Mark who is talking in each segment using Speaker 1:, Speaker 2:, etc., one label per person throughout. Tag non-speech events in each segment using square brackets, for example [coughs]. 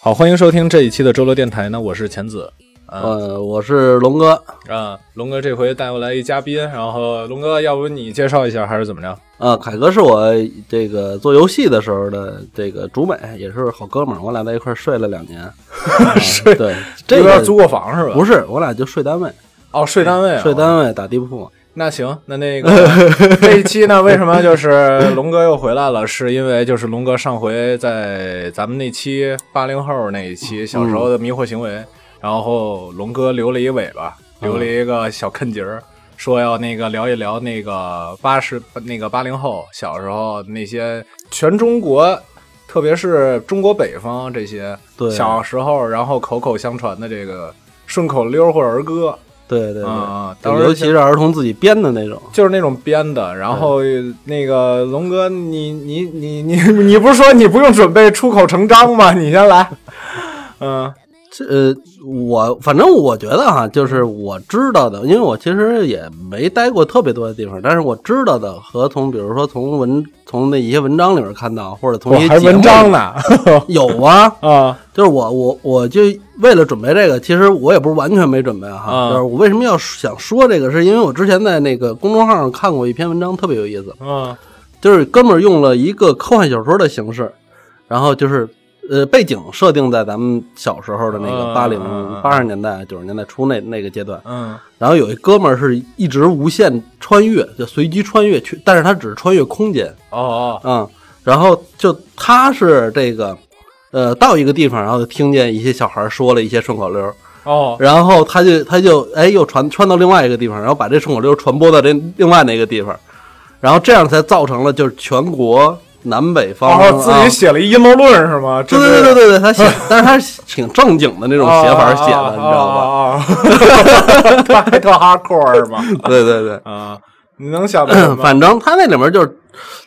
Speaker 1: 好，欢迎收听这一期的周六电台呢，我是钱子。啊
Speaker 2: 呃，我是龙哥。
Speaker 1: 啊，龙哥这回带过来一嘉宾，然后龙哥，要不你介绍一下，还是怎么着？
Speaker 2: 呃，凯哥是我这个做游戏的时候的这个主美，也是好哥们儿。我俩在一块儿睡了两
Speaker 1: [laughs]
Speaker 2: 年。啊
Speaker 1: 睡
Speaker 2: 对，
Speaker 1: 这
Speaker 2: 这
Speaker 1: 边
Speaker 2: 个
Speaker 1: 租过房是吧？
Speaker 2: 不是，我俩就睡单位，
Speaker 1: 哦，睡单位啊，
Speaker 2: 睡单位打地铺。
Speaker 1: 那行，那那
Speaker 2: [laughs]
Speaker 1: 个这一期呢，为什么就是龙哥又回来了？是因为就是龙哥上回在咱们那期八零后那一期小时候的迷惑行为，然后龙哥留了一尾巴，
Speaker 2: 嗯
Speaker 1: 留了一个小坑节儿，说要那个聊一聊那个八十那个八零后小时候那些全中国。特别是中国北方这些
Speaker 2: 对
Speaker 1: 小时候，然后口口相传的这个顺口溜或者儿歌，
Speaker 2: 对对对，
Speaker 1: 啊
Speaker 2: 就
Speaker 1: 当时
Speaker 2: 尤其是儿童自己编的那种。
Speaker 1: 就是那种编的。然后呃那个龙哥，你你你你你不是说你不用准备出口成章吗？你先来。嗯
Speaker 2: 这呃，我反正我觉得哈，就是我知道的，因为我其实也没待过特别多的地方，但是我知道的和从比如说从文从那一些文章里面看到，或者从一些
Speaker 1: 还
Speaker 2: 节目
Speaker 1: 文章
Speaker 2: 里
Speaker 1: 呢
Speaker 2: 有啊，
Speaker 1: [laughs] 啊
Speaker 2: 就是我我我就为了准备这个，其实我也不是完全没准备哈。
Speaker 1: 啊
Speaker 2: 就是我为什么要想说这个，是因为我之前在那个公众号上看过一篇文章，特别有意思，
Speaker 1: 嗯
Speaker 2: 就是哥们儿用了一个科幻小说的形式，然后就是呃背景设定在咱们小时候的那
Speaker 1: 啊
Speaker 2: 个八零
Speaker 1: 啊啊
Speaker 2: 八十年代九十年代初那那个阶段，
Speaker 1: 嗯
Speaker 2: 然后有一哥们儿是一直无限穿越，就随机穿越去，但是他只是穿越空间，
Speaker 1: 哦哦
Speaker 2: 嗯，然后就他是这个，呃，到一个地方，然后就听见一些小孩说了一些顺口溜儿，
Speaker 1: 哦
Speaker 2: 然后他就他就哎又传传到另外一个地方，然后把这顺口溜儿传播到这另外那个地方，然后这样才造成了就是全国南北方啊、
Speaker 1: 哦，自己写了一阴谋论是吗？
Speaker 2: 对对对对对，他写，但是他是挺正经的那
Speaker 1: 这
Speaker 2: 种写法写
Speaker 1: 啊
Speaker 2: 的，你知道吧？
Speaker 1: 道 [laughs] 吧？他还特啊 hardcore 是吗？
Speaker 2: 对
Speaker 1: [laughs]
Speaker 2: 对对，
Speaker 1: 啊，你能想到
Speaker 2: [laughs]
Speaker 1: 什么？
Speaker 2: 反正他那里面就是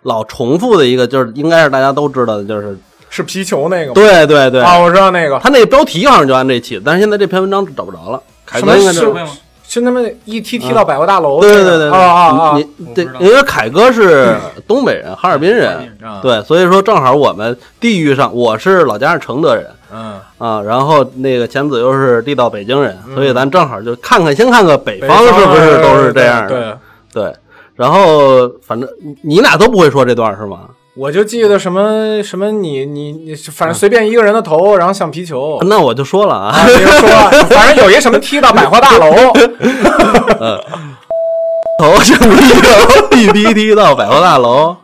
Speaker 2: 老重复的一个，就是应该是大家都知道的，就是
Speaker 1: 是皮球那个吗？
Speaker 2: 对对对，
Speaker 1: 啊，我知道那个。
Speaker 2: 他那个标题好像就按这起的，但是现在这篇文章找不着了。凯
Speaker 1: 什
Speaker 2: 哥
Speaker 1: 么
Speaker 2: 应该
Speaker 1: 是
Speaker 2: 是，
Speaker 3: 会吗
Speaker 1: 是他们一踢踢到百货大楼去
Speaker 2: 嗯对
Speaker 1: 了？
Speaker 2: 对对
Speaker 1: 啊
Speaker 2: 对，
Speaker 1: 啊啊！
Speaker 2: 你你对
Speaker 3: 我不知，道
Speaker 2: 因为凯哥是东北人，哈尔滨人，
Speaker 1: 啊，
Speaker 2: 对，所以说正好我们地域上，我是老家是承德人
Speaker 1: 嗯，
Speaker 2: 啊，然后那个钱子又是地道北京人，
Speaker 1: 嗯
Speaker 2: 所以咱正好就看看，先看看北
Speaker 1: 北
Speaker 2: 方是不是
Speaker 1: 方啊
Speaker 2: 都是这样
Speaker 1: 对
Speaker 2: 的，，对。然后反正你你俩都不会说这段是吗？
Speaker 1: 我就记得什么什么你你你，反正随便一个人的头，然后像皮球。
Speaker 2: 那我就说
Speaker 1: 哦
Speaker 2: 了嗯啊，
Speaker 1: 啊，别
Speaker 2: [laughs]
Speaker 1: 说，反正有一什么踢到百货大楼，
Speaker 2: 嗯头是不是 [laughs] 一滴滴到百货大楼，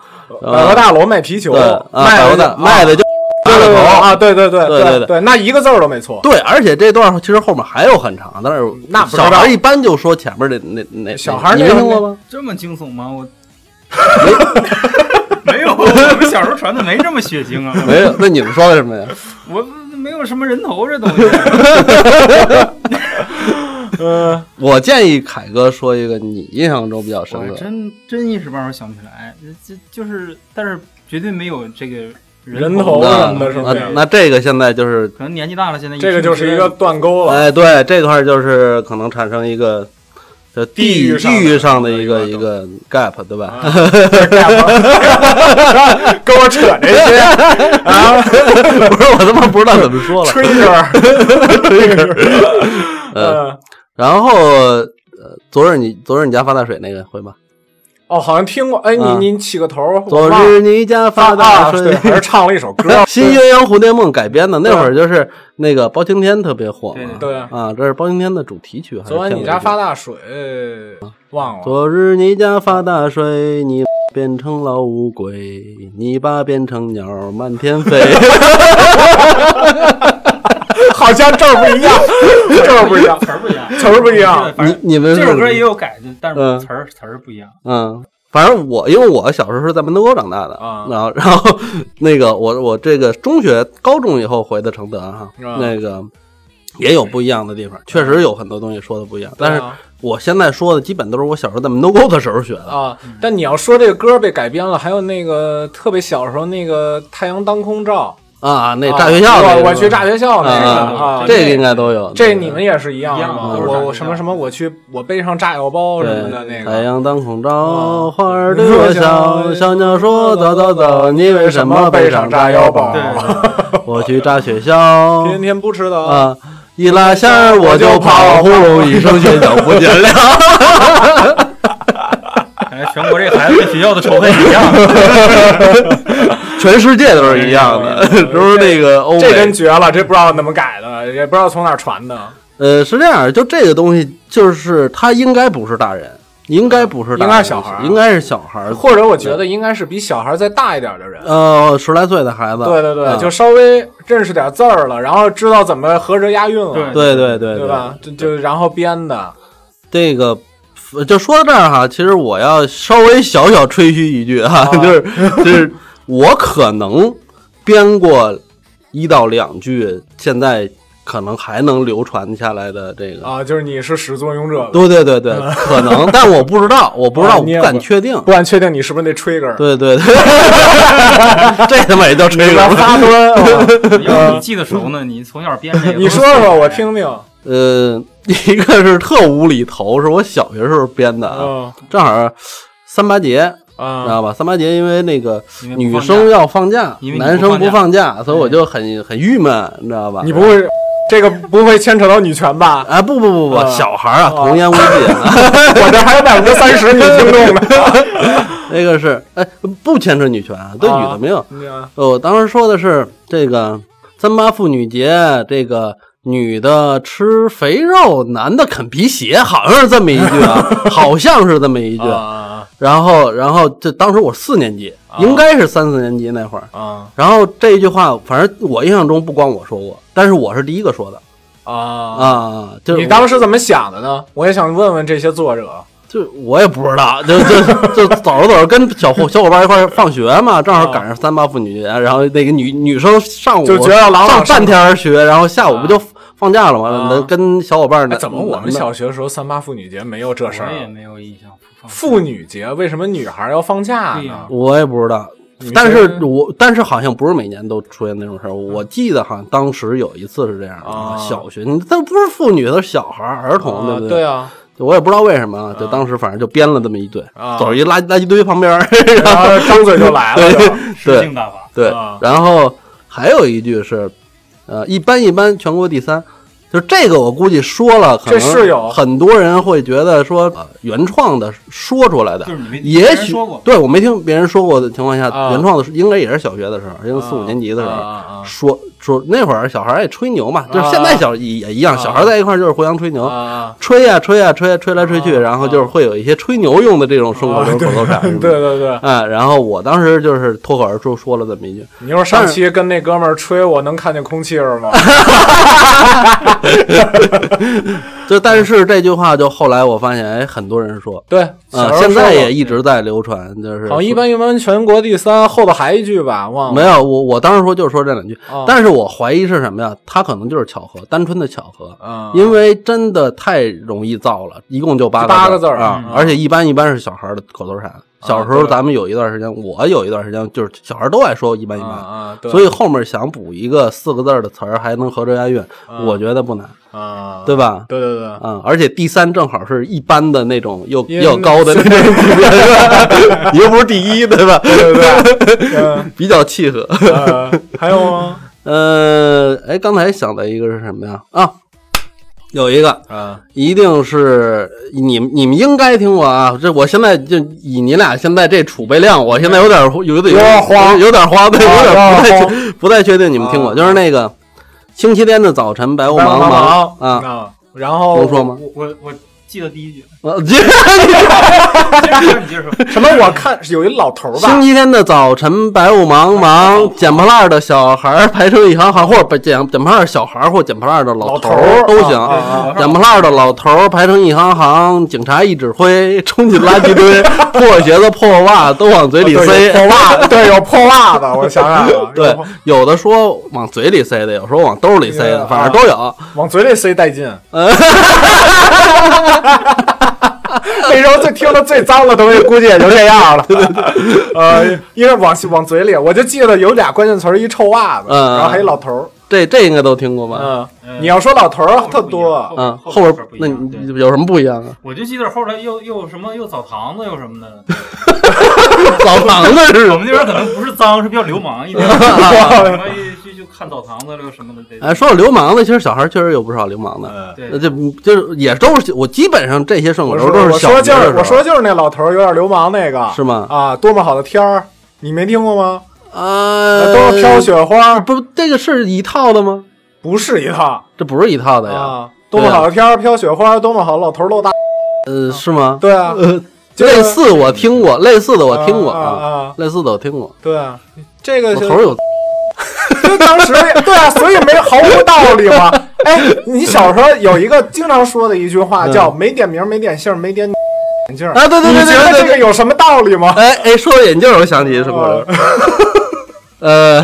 Speaker 1: 百货大楼卖皮球，
Speaker 2: 对啊，
Speaker 1: 卖
Speaker 2: 百货大卖
Speaker 1: 的
Speaker 2: 的就
Speaker 1: 就对对对啊，对对对
Speaker 2: 对
Speaker 1: 对
Speaker 2: 对
Speaker 1: 对，那一个字儿都没错。
Speaker 2: 对，而且这段其实后面还有很长，但是
Speaker 1: 那不知道
Speaker 2: 小孩一般就说前面那那那
Speaker 1: 小孩儿
Speaker 2: 你
Speaker 1: 那种
Speaker 2: 没听过吗？
Speaker 3: 这么惊悚吗？我 [laughs] 没有，我们小时候传的没这么血腥啊，
Speaker 2: 没有，那你们说的什么呀？
Speaker 3: 我没有什么人头这
Speaker 1: [laughs]
Speaker 3: 东西。
Speaker 1: 嗯，
Speaker 2: 我建议凯哥说一个你印象中比较深
Speaker 3: 我
Speaker 2: 的，
Speaker 3: 真真一时半会儿想不起来，这就是，但是绝对没有这个
Speaker 1: 人头
Speaker 3: 头啊
Speaker 1: 什么的
Speaker 2: 那
Speaker 3: 的东
Speaker 1: 是
Speaker 3: 西
Speaker 1: 吧
Speaker 2: 那那这个现在就是，
Speaker 3: 可能年纪大了，现在一
Speaker 1: 这个就是一个断钩了。
Speaker 2: 哎，对，这块儿就是可能产生一个。就
Speaker 1: 地域
Speaker 2: 域
Speaker 1: 上的
Speaker 2: 地上的一个
Speaker 1: 一
Speaker 2: 一
Speaker 1: 个
Speaker 2: 个 gap，对吧？
Speaker 1: 啊
Speaker 2: 哎
Speaker 1: 这干嘛
Speaker 2: [laughs]
Speaker 1: 跟我扯这些啊，
Speaker 2: 不是，我他妈不知道怎么说了。
Speaker 1: 吹一下，
Speaker 2: [laughs] 呃，
Speaker 1: 嗯，
Speaker 2: 然后呃，昨日你昨日你家发大水那个会吗？
Speaker 1: 哦，好像听过，哎，你
Speaker 2: 啊
Speaker 1: 你起个头儿，我
Speaker 2: 昨
Speaker 1: 忘了啊
Speaker 2: 日你家发大
Speaker 1: 对，
Speaker 2: 水，
Speaker 1: 还啊是唱了一首歌，
Speaker 2: [laughs] 新鸳鸯蝴蝶梦改编的，那会儿就是那个包青天特别火
Speaker 3: 对对
Speaker 2: 嘛。
Speaker 1: 对。
Speaker 2: 啊，这是包青天的主题曲还是
Speaker 1: 昨
Speaker 2: 片
Speaker 1: 晚
Speaker 2: 尾曲？
Speaker 1: 你家发大水，忘了。
Speaker 2: 昨日你家发大水，你 [laughs] 变成老乌龟，你爸变成鸟儿满天
Speaker 1: [laughs]
Speaker 2: 飞。
Speaker 1: 好像这儿不一样， [laughs] 这儿不一样。 [laughs]
Speaker 3: 词儿不一样，
Speaker 1: 词儿不一样
Speaker 3: 反正
Speaker 2: 你你们
Speaker 3: 这首歌
Speaker 2: 是
Speaker 3: 也有改的，但
Speaker 2: 嗯
Speaker 3: 是词儿词儿不一样。
Speaker 2: 嗯，反正我因为我小时候是在门头沟长大的，
Speaker 1: 啊
Speaker 2: 然后然 [laughs] 后那个我我这个中学、高中以后回的承德哈，
Speaker 1: 啊
Speaker 2: 那个也有不一样的地方，确实有很多东西说的不一样。但是
Speaker 1: 对啊
Speaker 2: 我现在说的基本都是我小时候在门头沟的时候学的。
Speaker 1: 啊，但你要说这个歌被改编了，还有那个特别小时候那个《太阳当空照》
Speaker 2: 啊，那
Speaker 1: 啊
Speaker 2: 炸学校那个
Speaker 1: 我
Speaker 2: 是吧，
Speaker 1: 我去炸学校那个
Speaker 2: 啊
Speaker 1: 啊，
Speaker 2: 这个应该都有。
Speaker 1: 这你们也是一样
Speaker 3: 一
Speaker 1: 的
Speaker 3: 样
Speaker 1: 吗？
Speaker 2: 都是
Speaker 1: 我
Speaker 3: 炸
Speaker 1: 我
Speaker 3: 学
Speaker 1: 什么
Speaker 3: 校
Speaker 1: 什么，我去我背上炸药包
Speaker 2: 对
Speaker 1: 什么的那
Speaker 2: 太
Speaker 1: 个。
Speaker 2: 阳当空照，
Speaker 1: 啊
Speaker 2: 花儿对我笑，小鸟说走走走，你为什么背上炸药
Speaker 1: 哦
Speaker 2: 包？
Speaker 3: 对，
Speaker 2: 我去炸学校
Speaker 1: 天天不吃的， [laughs]
Speaker 2: 啊，一拉线儿我就跑，呼噜一声学校不见
Speaker 1: [laughs]
Speaker 2: 了。
Speaker 3: 感觉全国这孩子跟学校的仇
Speaker 1: [laughs]
Speaker 3: 恨一样。
Speaker 2: 全世界都是一样的， [laughs] 都是那个欧美。
Speaker 1: 这真绝了，这不知道怎么改的，也不知道从哪儿传的，
Speaker 2: 呃，是这样，就这个东西，就是它应该不是大人，应该不是大人，
Speaker 1: 应该是小孩儿
Speaker 2: 应该是小孩儿，
Speaker 1: 或者我觉得应该是比小孩再大一点的人。
Speaker 2: 呃十来岁的孩子。
Speaker 1: 对对对，
Speaker 2: 啊
Speaker 1: 就稍微认识点字儿了，然后知道怎么合着押韵了，
Speaker 2: 对对对
Speaker 1: 对吧？就就然后编的，
Speaker 2: 这个呃就说到这儿哈，其实我要稍微小小吹嘘一句哈，
Speaker 1: 啊
Speaker 2: 就是就是我可能编过一到两句，现在可能还能流传下来的这个。
Speaker 1: 啊，就是你是始作俑者，
Speaker 2: 对对对对，可
Speaker 1: [laughs]
Speaker 2: 能，但我不知道，我不知道，
Speaker 1: 啊
Speaker 2: 我
Speaker 1: 你也
Speaker 2: 不敢
Speaker 1: 不
Speaker 2: 确定。
Speaker 1: 不敢确定你是不是那吹根儿，
Speaker 2: 对对对， [laughs] 这他妈也叫吹
Speaker 1: 要
Speaker 2: 牛
Speaker 1: 发端。啊
Speaker 3: 要是你记得熟呢，你从小编这
Speaker 1: [laughs]
Speaker 3: 个，
Speaker 1: 你说说我。听听。
Speaker 2: 呃，一个是特无厘头，是我小学时候编的啊，
Speaker 1: 嗯
Speaker 2: 正好三八节，知
Speaker 1: 啊
Speaker 2: 道吧？三八节因为那个
Speaker 3: 因为不
Speaker 2: 女
Speaker 3: 放假
Speaker 2: 生要放假，
Speaker 3: 因为你不
Speaker 2: 男生
Speaker 3: 放假
Speaker 2: 不放假，所以我就很很郁闷，你知道吧？
Speaker 1: 你不会这个不会牵扯到女权
Speaker 2: [laughs]
Speaker 1: 吧？
Speaker 2: 啊？不不不不，
Speaker 1: 啊
Speaker 2: 小孩啊，
Speaker 1: 啊
Speaker 2: 童言无忌啊，
Speaker 1: 我这还有百分之三十女听众呢。
Speaker 2: [laughs] 那个是哎，不牵扯女权啊，对女的
Speaker 1: 啊
Speaker 2: 没有。
Speaker 1: 你啊
Speaker 2: 呃我当时说的是这个三八妇女节，这个女的吃肥肉，男的啃皮鞋，好像是这么一句
Speaker 1: [laughs]
Speaker 2: 啊，好像是这么一句。
Speaker 1: 啊
Speaker 2: 然后，然后这当时我四年级，应该是三四年级那会儿。
Speaker 1: 啊
Speaker 2: 然后这句话，反正我印象中不光我说过，但是我是第一个说的
Speaker 1: 啊！
Speaker 2: 啊。就是
Speaker 1: 你当时怎么想的呢？我也想问问这些作者。
Speaker 2: 就我也不知道，就就就走着走着跟小伙小伙伴一块儿放学嘛，正好赶上三八妇女节，然后那个女女生上午
Speaker 1: 啊就觉得朗朗
Speaker 2: 上
Speaker 1: 上口
Speaker 2: 半天儿学，然后下午不就放假了吗？
Speaker 1: 啊
Speaker 2: 能跟小伙伴
Speaker 1: 哎
Speaker 2: 呢？
Speaker 1: 怎么我们
Speaker 2: 能
Speaker 1: 小学的时候三八妇女节没有这事
Speaker 3: 我也
Speaker 1: 儿？啊
Speaker 3: 没有印象。
Speaker 1: 妇女节为什么女孩要放假
Speaker 3: 对
Speaker 1: 呢
Speaker 3: 呀？
Speaker 2: 我也不知道
Speaker 1: 女，
Speaker 2: 但是
Speaker 1: 生
Speaker 2: 我但是好像不是每年都出现那种事儿。我记得好像当时有一次是这样的，
Speaker 1: 啊
Speaker 2: 小学你都不是妇女，都是小孩儿儿童，对
Speaker 1: 啊
Speaker 2: 不
Speaker 1: 对啊，
Speaker 2: 我也不知道为什么，就当时反正就编了这么一对，
Speaker 1: 啊
Speaker 2: 走一垃垃圾堆旁边儿，
Speaker 1: 然后张嘴就来了就。
Speaker 3: 诗
Speaker 2: 对
Speaker 3: 性大法，
Speaker 2: 对
Speaker 1: 啊，
Speaker 2: 然后还有一句是，呃，一般一般全国第三，就这个我估计说了，可
Speaker 1: 这
Speaker 2: 能
Speaker 1: 是有
Speaker 2: 很多人会觉得说、呃原创的说出来的
Speaker 3: 就，是你没
Speaker 2: 也
Speaker 3: 没人
Speaker 2: 许
Speaker 3: 说过，
Speaker 2: 对我没听别人说过的情况下，
Speaker 1: 啊
Speaker 2: 原创的是应该也是小学的时候，应该四五年级的时候。
Speaker 1: 啊啊
Speaker 2: 说说那会儿小孩儿也吹牛嘛，就是
Speaker 1: 啊
Speaker 2: 现在小也一样，
Speaker 1: 啊
Speaker 2: 小孩儿在一块儿就是互相吹牛，
Speaker 1: 啊啊！
Speaker 2: 吹呀、吹呀、吹、吹来吹去，
Speaker 1: 啊
Speaker 2: 然后就是会有一些吹牛用的这种顺口溜、口头禅什么
Speaker 1: 对
Speaker 2: 的。
Speaker 1: 对对，
Speaker 2: 啊，然后我当时就是脱口而出说了这么一句，
Speaker 1: 你说上期跟那哥们儿吹，我能看见空气儿吗？
Speaker 2: 就但是这句话就后来我发现，哎，很多人说，
Speaker 1: 对，小
Speaker 2: 啊
Speaker 1: 时，候
Speaker 2: 现
Speaker 1: 说
Speaker 2: 在
Speaker 1: 过
Speaker 2: 也一直在流传，就是
Speaker 1: 好像一般一般全国第三，后头还一句吧，忘
Speaker 2: 没
Speaker 1: 了。
Speaker 2: 有我我当时说就是说这两句，
Speaker 1: 哦
Speaker 2: 但是我怀疑是什么呀？它可能就是巧合，单纯的巧合，
Speaker 1: 嗯，
Speaker 2: 因为真的太容易造了，一共就八
Speaker 1: 八个
Speaker 2: 字
Speaker 1: 字儿
Speaker 2: 啊
Speaker 1: 嗯，哦
Speaker 2: 而且一般一般是小孩儿的口头禅。小时候
Speaker 1: 对
Speaker 2: 咱们有一段时间，我有一段时间就是小孩儿都爱说一般一般，
Speaker 1: 啊，对
Speaker 2: 所以后面想补一个四个字儿的词儿还能合着押韵，
Speaker 1: 嗯
Speaker 2: 我觉得不难，
Speaker 1: 啊，
Speaker 2: 对吧？
Speaker 1: 对对对，
Speaker 2: 嗯，而且第三正好是一般的那种又
Speaker 1: 因
Speaker 2: 又高的那种级别，是吧你又不是第一，对吧？ [laughs]
Speaker 1: 对对对，嗯
Speaker 2: 比较契合。
Speaker 1: 呃，还有吗？
Speaker 2: 呃，哎，刚才想的一个是什么呀？啊，有一个
Speaker 1: 啊
Speaker 2: 一定是你们你们应该听过啊，这我现在就以你俩现在这储备量，我现在有点儿有点
Speaker 1: 有点慌
Speaker 2: 有点儿慌，对，有点儿不太
Speaker 1: 有点儿
Speaker 2: 确不太确定你们听过，
Speaker 1: 啊
Speaker 2: 就是那个星期天的早晨白雾
Speaker 1: 白
Speaker 2: 茫
Speaker 1: 茫
Speaker 2: 茫啊，
Speaker 1: 啊，然后
Speaker 2: 能说吗？呃
Speaker 3: 我我我记得第一句，
Speaker 2: [laughs] 我
Speaker 3: 接着说，你接着说，
Speaker 1: 什么？我看有一老头儿
Speaker 2: 星
Speaker 1: 吧，
Speaker 2: 期天的早晨，白雾茫茫，捡破烂的小孩儿排成一行行，或者捡捡破烂的小孩儿或捡破烂的老头
Speaker 1: 老头
Speaker 2: 儿
Speaker 1: 儿
Speaker 2: 都行。
Speaker 1: 啊啊
Speaker 3: 啊
Speaker 2: 捡破烂的老头儿排成一行行，警察一指挥， [laughs] 冲进垃圾堆， [laughs] 破鞋子、破袜都往嘴里
Speaker 1: 哦啊对有
Speaker 2: 塞。
Speaker 1: 破 [laughs] 袜，对，有破袜子，我想 [laughs] 想啊，
Speaker 2: 对
Speaker 1: 有破，
Speaker 2: 有的说往嘴里塞的，有时候往兜里塞的，
Speaker 1: 啊
Speaker 2: 反正
Speaker 1: [laughs]
Speaker 2: 都有。
Speaker 1: 往嘴里塞带劲，那时候最听的最脏的东西，估计也就这样 [laughs] 了。呃，因为往往嘴里，我就记得有俩关键词儿，一臭袜子，
Speaker 2: 嗯
Speaker 1: 然后还一老头儿。
Speaker 2: 这这应该都听过吧？
Speaker 1: 嗯，
Speaker 3: 嗯
Speaker 1: 你要说老头儿特
Speaker 3: 后
Speaker 1: 多，
Speaker 3: 边
Speaker 2: 嗯，
Speaker 3: 后
Speaker 2: 后
Speaker 3: 边
Speaker 2: 边
Speaker 3: 不一
Speaker 2: 那
Speaker 3: 样
Speaker 2: 你
Speaker 3: 对
Speaker 2: 有什么不一样啊？ [laughs]
Speaker 3: 我就记得后来又又什么又澡堂子又什么的，
Speaker 2: 老房子是什
Speaker 3: [laughs] 我
Speaker 2: 么？
Speaker 3: 们那边可能不是脏，是比较流氓一点，什么就就看澡堂子了又什么的。对
Speaker 2: 哎，说到流氓的，其实小孩确实有不少流氓的。
Speaker 1: 嗯，
Speaker 3: 对
Speaker 2: 那，就就是也都是我基本上这些顺口
Speaker 1: 我
Speaker 2: 溜
Speaker 1: 说
Speaker 2: 都
Speaker 1: 我
Speaker 2: 是小
Speaker 1: 说
Speaker 2: 学
Speaker 1: 就
Speaker 2: 的时
Speaker 1: 是
Speaker 2: 候
Speaker 1: 我说就是那老头儿有点流氓那个，
Speaker 2: 是吗？
Speaker 1: 啊，多么好的天儿，你没听过吗？
Speaker 2: 啊，
Speaker 1: 都是飘雪花，
Speaker 2: 不，这个是一套的吗？
Speaker 1: 不是一套
Speaker 2: 这不是一套的呀？
Speaker 1: 啊。多么好的天儿，飘雪花，多么好的老头儿露大，
Speaker 2: 呃，是吗？
Speaker 1: 对啊，
Speaker 2: 呃，
Speaker 1: 就是
Speaker 2: 类似我听过，类似的我听过
Speaker 1: 啊啊啊，
Speaker 2: 类似的我听过。
Speaker 1: 对啊，这个
Speaker 2: 我
Speaker 1: 是
Speaker 2: 头儿有
Speaker 1: 就当时对啊，所以没毫无道理
Speaker 2: [laughs]
Speaker 1: 嘛。哎，你小时候有一个经常说的一句话
Speaker 2: 嗯
Speaker 1: 叫“没点名，没点姓，没点 [laughs] 眼镜”，
Speaker 2: 啊，对对对
Speaker 1: 你觉
Speaker 2: 对
Speaker 1: 得
Speaker 2: 对
Speaker 1: 这个。
Speaker 2: 对
Speaker 1: 有什么道理吗？
Speaker 2: 哎哎，说到眼镜儿，我想起什么
Speaker 1: 啊
Speaker 2: 了？ [laughs] 呃，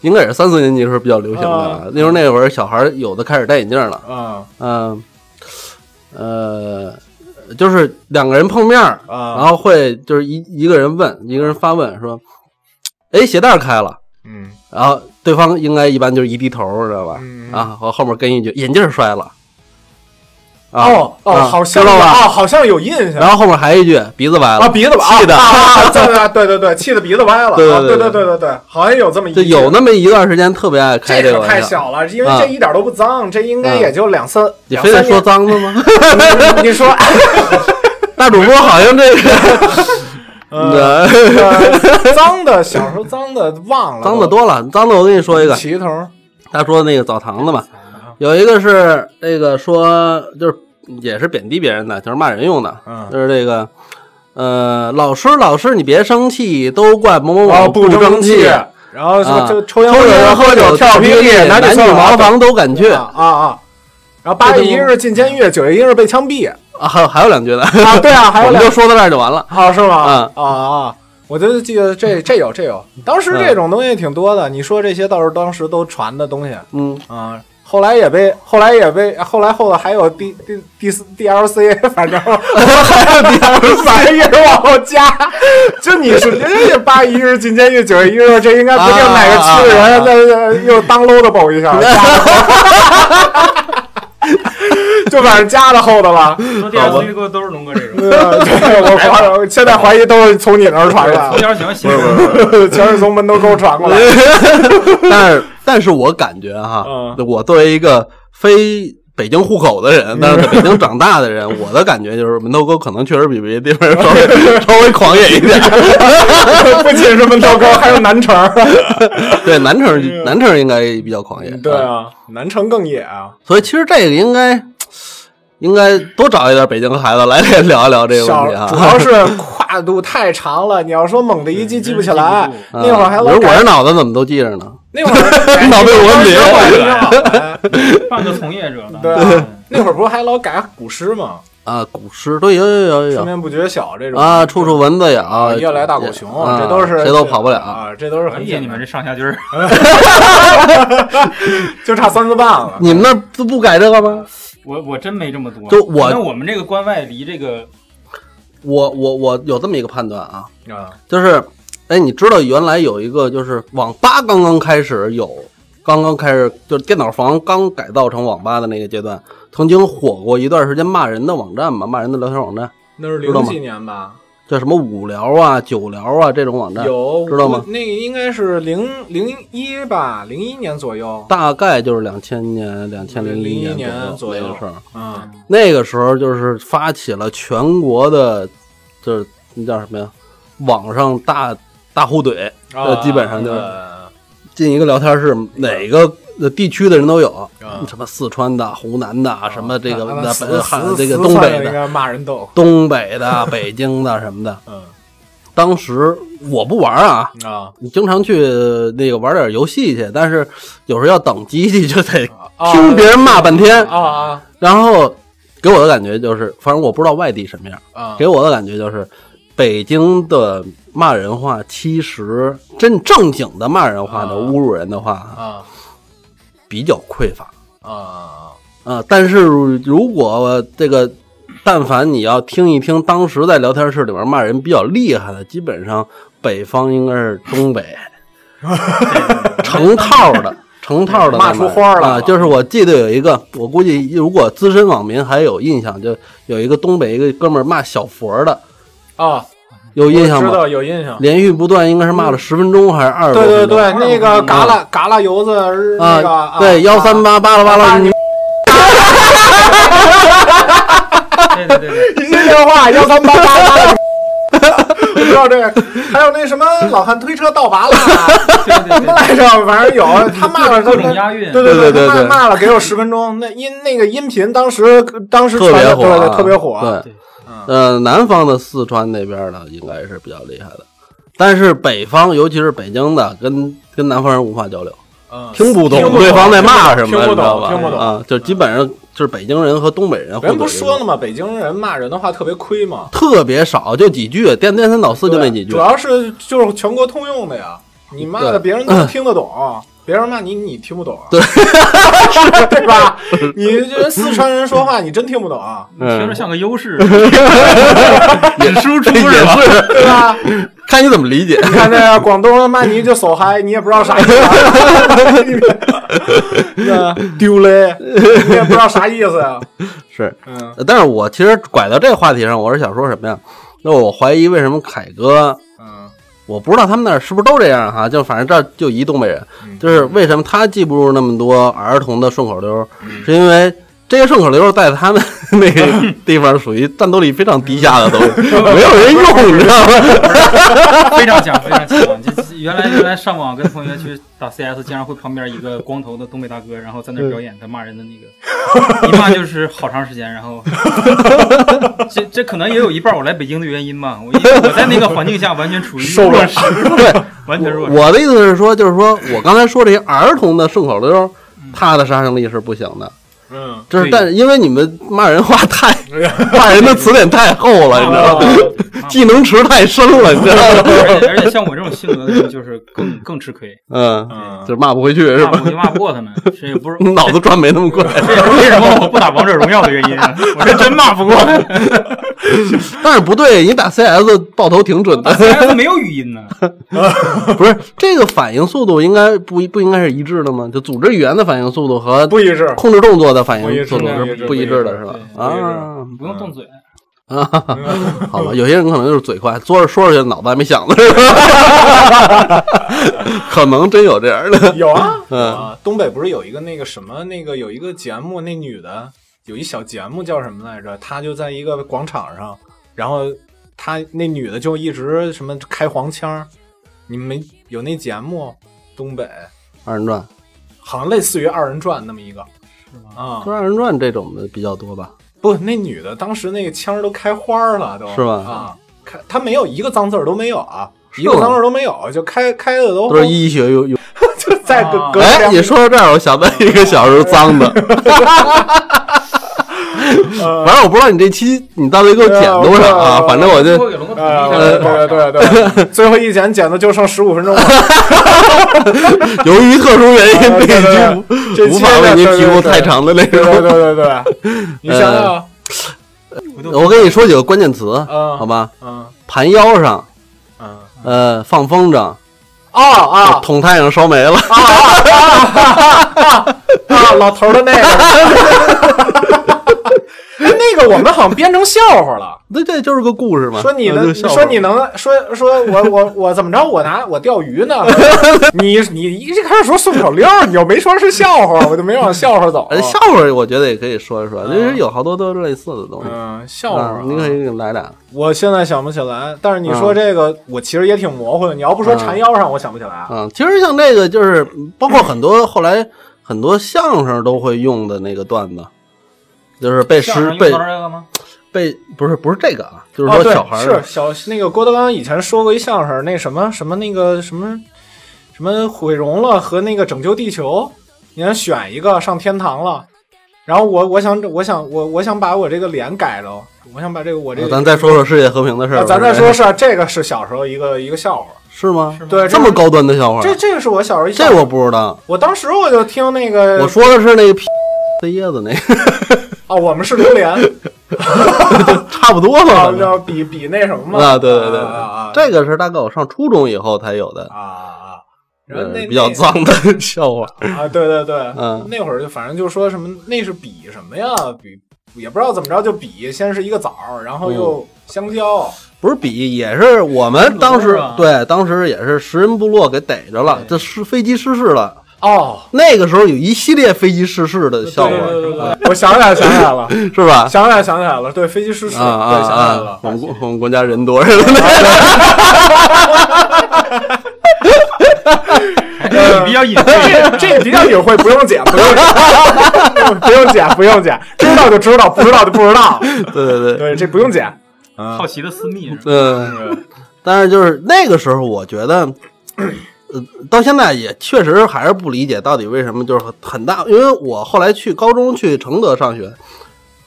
Speaker 2: 应该也是三四年级时候比较流行的啊。那时候那会儿小孩儿有的开始戴眼镜了，
Speaker 1: 啊
Speaker 2: 嗯、呃，就是两个人碰面儿，然
Speaker 1: 啊，
Speaker 2: 后会就是一一个人问，一个人发问说，哎，鞋带儿开了，
Speaker 1: 嗯
Speaker 2: 然后对方应该一般就是一低头，知道吧？
Speaker 1: 嗯
Speaker 2: 啊，我后面跟一句眼镜儿摔了。啊
Speaker 1: 哦哦，
Speaker 2: 啊
Speaker 1: 好像
Speaker 2: 知道
Speaker 1: 有
Speaker 2: 吧？
Speaker 1: 哦，好像有印象
Speaker 2: 然后后面还一句鼻子歪了
Speaker 1: 啊，鼻子吧
Speaker 2: 气的
Speaker 1: 啊啊，啊对对对对对，气的鼻子歪了，啊
Speaker 2: 对对
Speaker 1: 对
Speaker 2: 对
Speaker 1: 对对对，好像有这么一
Speaker 2: 就有那么一段时间特别爱开
Speaker 1: 这
Speaker 2: 个
Speaker 1: 个太
Speaker 2: 玩笑，
Speaker 1: 小了，因为
Speaker 2: 啊
Speaker 1: 这一点都不脏，这应该也就两三
Speaker 2: 你
Speaker 1: 两
Speaker 2: 非得
Speaker 1: 三
Speaker 2: 说
Speaker 1: 年。
Speaker 2: 脏的吗？ [laughs]
Speaker 1: 你你说，哎
Speaker 2: 大主播好像这个
Speaker 1: 呃呃脏的小时候脏的忘了，
Speaker 2: [laughs] 脏的多了，脏的我跟你说一个，
Speaker 1: 齐头，
Speaker 2: 他说那个澡堂子嘛，啊有一个是那个说就是也是贬低别人的，就是骂人用的，
Speaker 1: 嗯
Speaker 2: 就是这个。呃，老师，老师，你别生气，都怪某某
Speaker 1: 然
Speaker 2: 某
Speaker 1: 后哦不
Speaker 2: 哦争
Speaker 1: 争
Speaker 2: 气，啊
Speaker 1: 然后什么这个抽烟、
Speaker 2: 抽啊
Speaker 1: 烟、
Speaker 2: 喝
Speaker 1: 酒、跳
Speaker 2: 跳
Speaker 1: 霹雳、
Speaker 2: 男
Speaker 1: 女
Speaker 2: 女
Speaker 1: 茅
Speaker 2: 茅房都敢去啊！
Speaker 1: 啊啊啊！然后八月一日进监狱，九月一日被枪毙
Speaker 2: 还有还有两句呢，
Speaker 1: 啊！对啊，还
Speaker 2: 我
Speaker 1: 有
Speaker 2: 们
Speaker 1: 两
Speaker 2: 就说到这儿就完了。
Speaker 1: 啊，是吗
Speaker 2: 啊？
Speaker 1: 啊啊！我就记得这这有这有，当
Speaker 2: 嗯
Speaker 1: 时这种东西挺多的。你说这些倒是当时都传的东西
Speaker 2: [laughs] 嗯，
Speaker 1: 啊，后来也被后来也被后来后头还有 D D D DLC，反 [laughs] 正
Speaker 2: 还有第二个
Speaker 1: 反正一直往后加。就你说人家八一日进监狱，九月一日这应该不定哪个区的人再又当 loadable 一下， [laughs] 就反正加到后头了。
Speaker 3: 说第二次遇过都是龙哥这种。
Speaker 1: 对，我怀我现在怀疑都是从你那儿传
Speaker 3: 从
Speaker 1: 的，
Speaker 3: 小喜欢写歌，
Speaker 1: 全是从门头沟传过 [laughs] 来。
Speaker 2: [laughs]
Speaker 1: [laughs]
Speaker 2: 但是，但是我感觉哈，
Speaker 1: 嗯
Speaker 2: 我作为一个非北京户口的人，
Speaker 1: 嗯
Speaker 2: 但是在北京长
Speaker 1: [laughs]
Speaker 2: 大的人，我的感觉就是门头沟可能确实比别 [laughs] 的地方稍微稍微狂野一点。
Speaker 1: 不仅是门头沟，还有南城。
Speaker 2: [laughs] 对，南城南城应该比较狂野。
Speaker 1: 哎对，啊，南城更野啊。
Speaker 2: 所以其实这个应该应该多找一点北京孩子来聊一聊这个
Speaker 1: 小
Speaker 2: 问题
Speaker 1: 主
Speaker 2: 啊。
Speaker 1: 要是跨度太长了，你要说猛的一记记不起来，
Speaker 2: 嗯
Speaker 1: 那会儿还
Speaker 2: 你
Speaker 1: 老
Speaker 2: 说我
Speaker 1: 改
Speaker 2: 这脑子怎么都记着
Speaker 1: [laughs]
Speaker 2: 呢？
Speaker 1: 那会儿
Speaker 2: 脑子有问
Speaker 1: [laughs]
Speaker 2: 题
Speaker 1: 题。
Speaker 3: 半个从业者了。
Speaker 1: 对啊，那会儿不是还老改古诗吗？
Speaker 2: 啊，古诗对，有有有
Speaker 1: 春
Speaker 2: 有
Speaker 1: 眠不觉晓这
Speaker 2: 有
Speaker 1: 种
Speaker 2: 啊，处处蚊子咬，
Speaker 1: 夜来大狗熊，
Speaker 2: 啊
Speaker 1: 这都是
Speaker 2: 谁都跑不了。
Speaker 1: 啊，这都是
Speaker 3: 哎
Speaker 1: 很
Speaker 3: 呀，
Speaker 1: 简
Speaker 3: 你们
Speaker 1: 单，
Speaker 3: 这上下句儿，
Speaker 1: 就差三字半了。
Speaker 2: 你们那儿都不改这个吗？
Speaker 3: 我我真没这么多。
Speaker 2: 就我
Speaker 3: 那我们这个关外离这个
Speaker 2: 我我我有这么一个判断啊，
Speaker 1: 啊，
Speaker 2: 就是，哎，你知道原来有一个就是网吧刚刚开始有，刚刚开始就是电脑房刚改造成网吧的那个阶段，曾经火过一段时间骂人的网站嘛，骂人的聊天网站，
Speaker 1: 那是
Speaker 2: 知道
Speaker 1: 零
Speaker 2: 吗
Speaker 1: 几年吧？
Speaker 2: 叫什么五聊啊、九聊啊这种网站，
Speaker 1: 有
Speaker 2: 知道吗
Speaker 1: 那个应该是零零一吧，零一年左右。
Speaker 2: 大概就是两千年、两千零一
Speaker 1: 2001年
Speaker 2: 左
Speaker 1: 左
Speaker 2: 那
Speaker 1: 右
Speaker 2: 个事儿。 [laughs]
Speaker 1: 嗯
Speaker 2: 那个时候就是发起了全国的，就是那叫什么呀，网上大大互怼，
Speaker 1: 啊
Speaker 2: 基本上就是
Speaker 1: 呃
Speaker 2: 进一个聊天室，哪个呃地区的人都有
Speaker 1: 啊，
Speaker 2: 什么四川的、湖南的，什么这个
Speaker 1: 啊那
Speaker 2: 那
Speaker 1: 四
Speaker 2: 北汉
Speaker 1: 四
Speaker 2: 这个
Speaker 1: 四
Speaker 2: 东
Speaker 1: 川
Speaker 2: 北
Speaker 1: 应
Speaker 2: 的、
Speaker 1: 该骂人斗。
Speaker 2: [laughs] 东
Speaker 1: [laughs]
Speaker 2: 北的、北京的什么的。
Speaker 1: 嗯
Speaker 2: 当时我不玩啊，
Speaker 1: 啊
Speaker 2: 你经常去那个玩点游戏去，但是有时候要等机器就得
Speaker 1: 啊
Speaker 2: 听别人骂半天，
Speaker 1: 啊啊
Speaker 2: 然后给我的感觉就是，反正我不知道外地什么样，
Speaker 1: 啊！
Speaker 2: 给我的感觉就是。北京的骂人话，其实真正经的骂人话的
Speaker 1: 啊
Speaker 2: 侮辱人的话
Speaker 1: 啊
Speaker 2: 比较匮乏。
Speaker 1: 啊啊！
Speaker 2: 啊，但是如果这个但凡你要听一听当时在聊天室里面骂人比较厉害的，基本上北方应该是东
Speaker 1: [laughs]
Speaker 2: 北，成套的。成套的
Speaker 1: 骂出花儿来了
Speaker 2: 啊！就是我记得有一个，我估计如果资深网民还有印象，就有一个东北一个哥们儿骂小佛的，
Speaker 1: 啊，
Speaker 2: 有印象
Speaker 1: 知
Speaker 2: 吗？
Speaker 1: 道有印象。
Speaker 2: 连续不断，应该是骂了十分钟还是二十多
Speaker 1: 对对
Speaker 2: 分钟？
Speaker 1: 对，那个嘎啦嘎啦油子儿那个啊
Speaker 2: 啊，对幺三八巴拉巴拉，你
Speaker 3: 对对对对，
Speaker 1: 你这电话幺三八八八。我知道这个，还有那什么老汉推车倒拔了，
Speaker 3: 对对
Speaker 1: 什么
Speaker 3: 对，
Speaker 1: 来着？反正有他骂了他
Speaker 3: 各种押韵
Speaker 1: 对对
Speaker 2: 对对
Speaker 1: 他
Speaker 2: 对
Speaker 1: 骂骂了给我十分钟，那音那个音频当时当时传的
Speaker 2: 火啊，
Speaker 1: 对对特别火，嗯
Speaker 2: 对
Speaker 3: 对，
Speaker 2: 呃，南方的四川那边的应该是比较厉害的，但是北方，尤其是北京的，跟跟南方人无法交流，
Speaker 1: 嗯
Speaker 2: 听不
Speaker 1: 听不
Speaker 2: 懂
Speaker 1: 懂
Speaker 2: 对方在骂什么，
Speaker 1: 听不懂
Speaker 2: 你知道吧？
Speaker 1: 听不懂
Speaker 2: 啊，就基本上就是北京人和东北人，
Speaker 1: 人不说了吗？北京人骂人的话特别亏嘛，
Speaker 2: 特别少，就几句，颠颠三倒四就那几
Speaker 1: 对
Speaker 2: 句
Speaker 1: 主。要是就是全国通用的呀，你骂的
Speaker 2: 对嗯
Speaker 1: 别人都听得懂，别人骂你你听不懂， [laughs] 对对吧？你这四川人说话你真听不懂，啊
Speaker 3: 听着
Speaker 2: 嗯，
Speaker 3: 像个优势，只输出是吧？
Speaker 2: 是，
Speaker 1: 对吧？
Speaker 2: 看你怎么理解。
Speaker 1: 你看那个广东人骂你就手嗨，你也不知道啥意啊 [laughs] 思，那丢嘞，你也不知道啥意思啊呀，
Speaker 2: 是，
Speaker 1: 嗯
Speaker 2: 呃但是我其实拐到这话题上，我是想说什么呀？那我怀疑为什么凯哥
Speaker 1: 嗯。
Speaker 2: 我不知道他们那儿是不是都这样哈，就反正这儿就一东北人，
Speaker 1: 嗯
Speaker 2: 就是为什么他记不住那么多儿童的顺口溜儿，
Speaker 1: 嗯
Speaker 2: 是因为这些顺口溜儿在他们 [laughs] 那个地方属于战斗力非常低下的东
Speaker 1: [laughs]
Speaker 2: 西，没有人用，你知道吗？ [laughs]
Speaker 3: [laughs] 非常强，非常强。这原来原来上网跟同学去打 CS，经常会旁边一个光头的东北大哥，然后在那表演他骂人的那 [laughs] 个，一骂就是好长时间。然后 [laughs] 这这可能也有一半我来北京的原因吧。我因为我在那个环境下完全处于
Speaker 1: 受
Speaker 3: 弱
Speaker 1: 了
Speaker 3: 势，
Speaker 2: 对，
Speaker 3: 完全弱势。
Speaker 2: 我的意思是说，就是说我刚才说这些儿童的顺口溜儿，它的杀伤力是不行的，
Speaker 1: 嗯，
Speaker 2: 就是
Speaker 3: 对
Speaker 2: 但是因为你们骂人话太 [laughs] 骂人的词典太厚了，你知道吗？ [laughs] 技能池太深了，你知道吗？
Speaker 3: 而且而且像我这种性格的人，就是更更吃亏，
Speaker 2: 嗯，
Speaker 1: 嗯
Speaker 2: 就是骂不回去是
Speaker 3: 骂
Speaker 2: 吧？
Speaker 3: 我就骂不过他们，这也不是。
Speaker 2: [laughs] 脑子转没那么快。
Speaker 3: 这也是为什么我不打王者荣耀的原因啊！我是真骂不 [laughs] 过他们，
Speaker 2: 但是不对，你打 CS 爆头挺准
Speaker 3: [laughs]
Speaker 2: 的，
Speaker 3: CS 没有语音呢。
Speaker 2: 不是这个反应速度应该不不应该是一致的吗？就组织语言的反应速度和
Speaker 1: 不一致，
Speaker 2: 控制动作的反
Speaker 1: 不一致
Speaker 2: 应速度
Speaker 1: 不一
Speaker 2: 是
Speaker 1: 致
Speaker 2: 不一致的，是吧？
Speaker 1: 不一致
Speaker 2: 啊
Speaker 3: 你不用动嘴，
Speaker 2: 啊，
Speaker 1: 嗯
Speaker 2: 好吧，有些人可能就是嘴快，说着说着就脑子还没想呢，是吧？可能真有这样 [laughs] 的，
Speaker 1: 有啊，有
Speaker 2: 嗯
Speaker 1: 啊，东北不是有一个那个什么那个有一个节目，那女的有一小节目叫什么来着？她就在一个广场上，然后她那女的就一直什么开黄腔儿，你们没有那节目？东北
Speaker 2: 二人转，
Speaker 1: 好像类似于二人转那么一个，
Speaker 2: 嗯
Speaker 3: 是吗？
Speaker 1: 啊、
Speaker 2: 说二人转这种的比较多吧？
Speaker 1: 不，那女的当时那个腔儿都开花儿了，都
Speaker 2: 是吧
Speaker 1: 啊，开她没有一个脏字儿都没有啊，
Speaker 2: 是
Speaker 1: 一个
Speaker 2: 吗
Speaker 1: 脏字儿都没有，就开开的都
Speaker 2: 都是医学有有。
Speaker 1: [laughs] 就在隔
Speaker 3: 啊
Speaker 1: 隔
Speaker 2: 哎，
Speaker 1: 两
Speaker 2: 你说到这儿，我想到一个小时候脏的，
Speaker 1: 呃
Speaker 2: 反正我不知道你这期你到底给我剪多少啊，反正我就
Speaker 3: 最后给龙哥统计一下
Speaker 1: 呃，
Speaker 3: 这
Speaker 1: 对
Speaker 3: 个
Speaker 1: 对对对，最后一剪剪的就剩十五分钟了，
Speaker 2: 由于特殊原因，
Speaker 1: 对对对
Speaker 2: 这
Speaker 1: 这
Speaker 2: 期无
Speaker 1: 期
Speaker 2: 法为
Speaker 1: 呢
Speaker 2: 您
Speaker 1: 对
Speaker 2: 提
Speaker 1: 对
Speaker 2: 供
Speaker 1: 对
Speaker 2: 太长的内
Speaker 1: 对对
Speaker 2: 容。
Speaker 1: 对对对，你想想，
Speaker 2: 我跟你说几个关键词，
Speaker 1: 嗯
Speaker 2: 好吧？
Speaker 1: 嗯
Speaker 2: 盘腰上，
Speaker 1: 嗯，
Speaker 2: 呃，放风筝，
Speaker 1: 哦啊
Speaker 2: 捅太阳烧没了，
Speaker 1: 啊，老头儿的那个，哎，那个我们好像编成笑话了，
Speaker 2: 那这就是个故事嘛。
Speaker 1: 说你
Speaker 2: 那就
Speaker 1: 能
Speaker 2: 笑话
Speaker 1: 说你能说说我我我怎么着，我拿我钓鱼呢，你你一开始说顺口溜儿，你又没说是笑话，我就没往笑话走
Speaker 2: 呃，，笑话我觉得也可以说一说，其实有好多都是类似的东西。
Speaker 1: 嗯，笑话
Speaker 2: 啊
Speaker 1: 啊，，
Speaker 2: 你可以来俩。
Speaker 1: 我现在想不起来，但是你
Speaker 2: 嗯
Speaker 1: 说这个，我其实也挺模糊的。你要不说缠腰上，我想不起来。啊
Speaker 2: 嗯，其实像这个就是包括很多后来很多相声都会用的那个段子，就是被
Speaker 3: 相声
Speaker 2: 时
Speaker 3: 用
Speaker 2: 被
Speaker 3: 到这个吗？
Speaker 2: 被不是不是这个啊，就是
Speaker 1: 哦，
Speaker 2: 说
Speaker 1: 对
Speaker 2: 小孩，儿
Speaker 1: 是小那个郭德纲以前说过一相声，那什么什么那个什么什么毁容了和那个拯救地球，你想选一个上天堂了。然后我我想我想我我想把我这个脸改了，我想把这个我这
Speaker 2: 啊
Speaker 1: 个，
Speaker 2: 咱再说说世界和平的事儿
Speaker 1: 啊
Speaker 2: 吧。
Speaker 1: 咱再说是啊这个是小时候一个一个笑话，
Speaker 2: 是吗？
Speaker 3: 是吗
Speaker 1: 对
Speaker 2: 这
Speaker 1: 个
Speaker 2: 么高端的笑话，
Speaker 1: 这这个是我小时候一笑
Speaker 2: 这
Speaker 1: 话
Speaker 2: 我不知道。
Speaker 1: 我当时我就听那个
Speaker 2: 我说的是那个 [laughs] 的椰子那个，
Speaker 1: 哦，我们是榴莲，
Speaker 2: 差
Speaker 1: [laughs]
Speaker 2: 不多
Speaker 1: 要
Speaker 2: [laughs] 嘛。
Speaker 1: 要啊比比那什么嘛
Speaker 2: 啊，对对对
Speaker 1: 啊啊
Speaker 2: 对，这个是大概我上初中以后才有的，
Speaker 1: 啊啊，然后
Speaker 2: 嗯
Speaker 1: 那
Speaker 2: 比较
Speaker 1: 那
Speaker 2: 脏的笑话。
Speaker 1: 啊，对对对，
Speaker 2: 嗯
Speaker 1: 那会儿就反正就说什么那是比什么呀，比也不知道怎么着就比，先是一个枣儿，然
Speaker 2: 哦
Speaker 1: 后又香蕉，
Speaker 2: 不是比，也是我们当时
Speaker 3: 是吧
Speaker 2: 对，当时也是食人部落给逮着了，这失飞机失事了。
Speaker 1: 哦，
Speaker 2: 那个时候有一系列飞机失事的
Speaker 1: 对
Speaker 2: 笑
Speaker 1: 对
Speaker 2: 话，
Speaker 1: 对对对，我想起来想起来了，
Speaker 2: 是吧？
Speaker 1: 想起来想起来了，对，飞机失事，
Speaker 2: 啊啊
Speaker 1: 对，想起来
Speaker 2: 啊！
Speaker 1: 了
Speaker 2: 我，们国我们国家人多，人多
Speaker 1: 呃
Speaker 3: 这 [laughs] 比较隐晦。
Speaker 1: [laughs] 这这比较隐晦，不用剪，不用剪，不用剪，不用剪，知道就知道，不知道就不知道，
Speaker 2: [laughs] 对对对，
Speaker 1: 对，这不用剪，啊
Speaker 3: 好奇的私密是吧？
Speaker 2: 嗯。但是就是那个时候，我觉得，呃，到现在也确实还是不理解到底为什么就是很很大，因为我后来去高中去承德上学，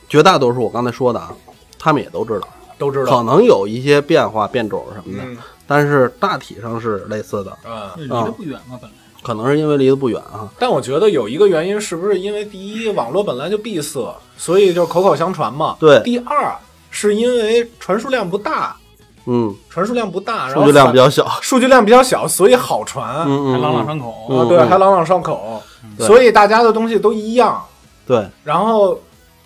Speaker 2: 绝大多数我刚才说的啊，他们也都知道，
Speaker 1: 都知
Speaker 2: 可
Speaker 1: 道，
Speaker 2: 能有一些变化变种什么的，
Speaker 1: 嗯
Speaker 2: 但是大体上是类似的，
Speaker 1: 嗯。
Speaker 3: 离得不远嘛，本来。
Speaker 2: 可能是因为离得不远啊。
Speaker 1: 但我觉得有一个原因，是不是因为第一，网络本来就闭塞，所以就口口相传嘛。
Speaker 2: 对
Speaker 1: 第二，是因为传输量不大，
Speaker 2: 嗯，
Speaker 1: 传输量不大，然后
Speaker 2: 数据量
Speaker 1: 反
Speaker 2: 比较小。
Speaker 1: 数据量比较小，所以好传。
Speaker 2: 嗯
Speaker 3: 还朗
Speaker 2: 嗯
Speaker 3: 朗
Speaker 2: 嗯，
Speaker 3: 上口，
Speaker 2: 嗯
Speaker 1: 啊，对，还朗朗上口，
Speaker 2: 对
Speaker 1: 所以大家的东西都一样，
Speaker 2: 对，
Speaker 1: 然后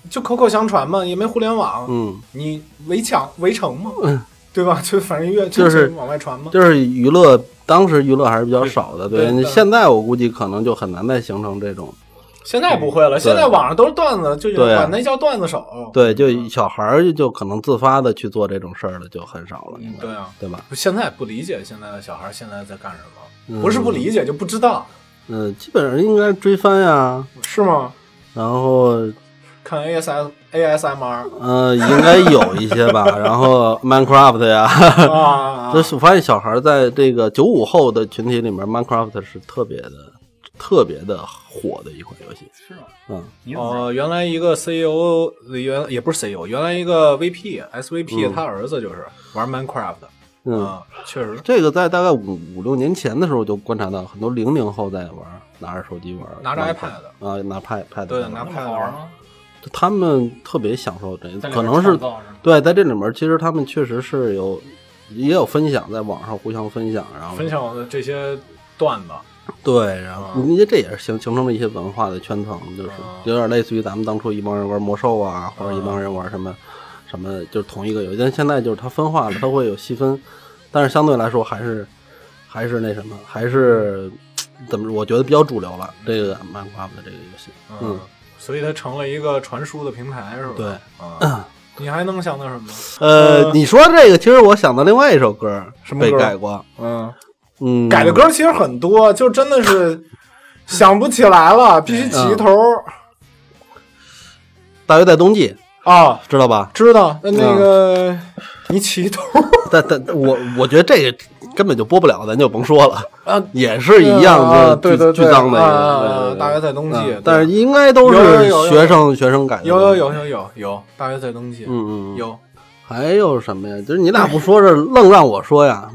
Speaker 1: 就口口相传嘛，也没互联网，
Speaker 2: 嗯，
Speaker 1: 你围墙围城嘛
Speaker 2: 嗯，
Speaker 1: 对吧？ [laughs] 就反正越
Speaker 2: 就是
Speaker 1: 往外传嘛。
Speaker 2: 就是娱乐，当时娱乐还是比较少的。
Speaker 1: 对对
Speaker 2: 对，现在我估计可能就很难再形成这种。
Speaker 1: 现在不会了，现在网上都是段子，就有
Speaker 2: 对啊
Speaker 1: 管那叫段子手。
Speaker 2: 对，就小孩儿就可能自发的去做这种事儿了，就很少了，应该
Speaker 1: 对啊，
Speaker 2: 对吧？
Speaker 1: 现在不理解现在的小孩现在在干什么，
Speaker 2: 嗯
Speaker 1: 不是不理解就不知道，
Speaker 2: 嗯，基本上应该追番呀，
Speaker 1: 是吗？
Speaker 2: 然后
Speaker 1: 看 A S S [laughs] A S M
Speaker 2: [laughs]
Speaker 1: R
Speaker 2: 呃，应该有一些吧， [laughs] 然后 Minecraft 呀，
Speaker 1: 啊，
Speaker 2: 就是我发现小孩儿在这个九五后的群体里面，Minecraft 是特别的、特别的火的一款游戏。
Speaker 3: 是吗？
Speaker 2: 嗯，
Speaker 3: 你怎么知道
Speaker 1: 哦，原来一个 CEO 原也不是 CEO，原来一个 VP SVP，、
Speaker 2: 嗯
Speaker 1: 他儿子就是玩 Minecraft 的、
Speaker 2: 嗯，
Speaker 1: 啊，确实
Speaker 2: 这个在大概五五六年前的时候，就观察到很多零零后在玩儿，拿着手机玩儿，
Speaker 1: 拿着
Speaker 2: 拿
Speaker 1: iPad 的
Speaker 2: 啊，拿 pad pad
Speaker 1: 对
Speaker 2: 在玩
Speaker 1: 拿
Speaker 2: 儿
Speaker 3: 那么好玩吗？
Speaker 2: 他们特别享受这，
Speaker 3: 在里
Speaker 2: 嗯可
Speaker 3: 边
Speaker 2: 能是
Speaker 3: 创造吗
Speaker 2: 对，在这里面其实他们确实是有也有分享，在网上互相分享，然后
Speaker 1: 分享的这些段子，啊
Speaker 2: 对，然后
Speaker 1: 嗯
Speaker 2: 因为这也是形形成了一些文化的圈层，就是
Speaker 1: 嗯
Speaker 2: 有点类似于咱们当初一帮人玩魔兽啊，或者一帮人玩什么什么，就是同一个游戏。但现在就是它分化了，它会有细分，但是相对来说还是还是那什么，还是怎么？我觉得比较主流了，这个漫画的这个游戏，嗯，
Speaker 1: 所以它成了一个传输的平台，是吧？
Speaker 2: 对，
Speaker 1: 啊，你还能想到什么？
Speaker 2: 呃
Speaker 1: 呃，
Speaker 2: 你说这个，其实我想到另外一首歌，
Speaker 1: 什么
Speaker 2: 被
Speaker 1: 歌
Speaker 2: 改过，
Speaker 1: 嗯，
Speaker 2: 嗯，
Speaker 1: 改的歌其实很多，就真的
Speaker 2: [laughs]
Speaker 1: 是想不起来了，必须起一头儿
Speaker 2: 大约在冬季，
Speaker 1: 啊。
Speaker 2: 知道吧？
Speaker 1: 知道，那那个、你起一头儿
Speaker 2: [laughs] 但但我我觉得这个根本就播不了，咱就甭说了，
Speaker 1: 啊，
Speaker 2: 也是一样
Speaker 1: 啊
Speaker 2: 的，
Speaker 1: 对
Speaker 2: 巨
Speaker 1: 对
Speaker 2: 巨
Speaker 1: 对
Speaker 2: 脏的一
Speaker 1: 啊啊啊
Speaker 2: 个，对对对
Speaker 1: 大约在冬季
Speaker 2: 嗯
Speaker 1: 对
Speaker 2: 但是应该
Speaker 1: 有
Speaker 2: 都
Speaker 1: 有
Speaker 2: 是
Speaker 1: 有有
Speaker 2: 学生学生改的，
Speaker 1: 有有，有有有有，大约在冬季，
Speaker 2: 嗯嗯，嗯。
Speaker 1: 有。
Speaker 2: 还有什么呀？就是你俩不说这，愣让我说
Speaker 1: [laughs]
Speaker 2: 呀？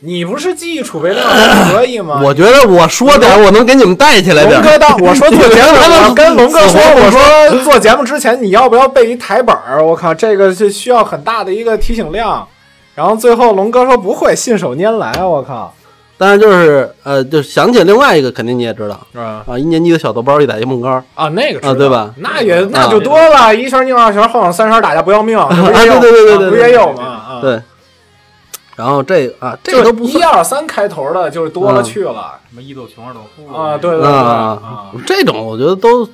Speaker 1: 你不是记忆储备量还可以吗？
Speaker 2: 我觉得我说点儿，我能给你们带起来
Speaker 1: 啊龙
Speaker 2: 点儿。
Speaker 1: 哥当我说做
Speaker 2: [laughs]
Speaker 1: 节目，
Speaker 2: 啊
Speaker 1: 我 [laughs] 跟龙哥说，我说做节目之前你要不要背一台本儿？我靠，这个是需要很大的一个提醒量。然后最后龙哥说不会，信手拈来。我靠，
Speaker 2: 但是就是呃，就想起另外一个，肯定你也知道
Speaker 1: 啊
Speaker 2: 啊，一年级的小豆包一打一梦高，
Speaker 1: 啊，那个知道
Speaker 2: 啊对吧
Speaker 1: 那也那就多了，一圈拧二圈，后脑三圈打架不要
Speaker 2: [laughs]
Speaker 1: 命，这不
Speaker 2: 啊
Speaker 1: 也有
Speaker 2: 对对对对对
Speaker 1: 不也有吗？啊，
Speaker 2: 对。然后这个啊，这
Speaker 1: 就
Speaker 2: 个
Speaker 1: 是
Speaker 2: 都不
Speaker 1: 一
Speaker 2: 算
Speaker 1: 二三开头的，就是多了
Speaker 2: 嗯
Speaker 1: 去了
Speaker 3: 什么一斗穷，二斗富
Speaker 1: 啊，对对对
Speaker 2: 啊
Speaker 1: 啊。，
Speaker 2: 这种我觉得都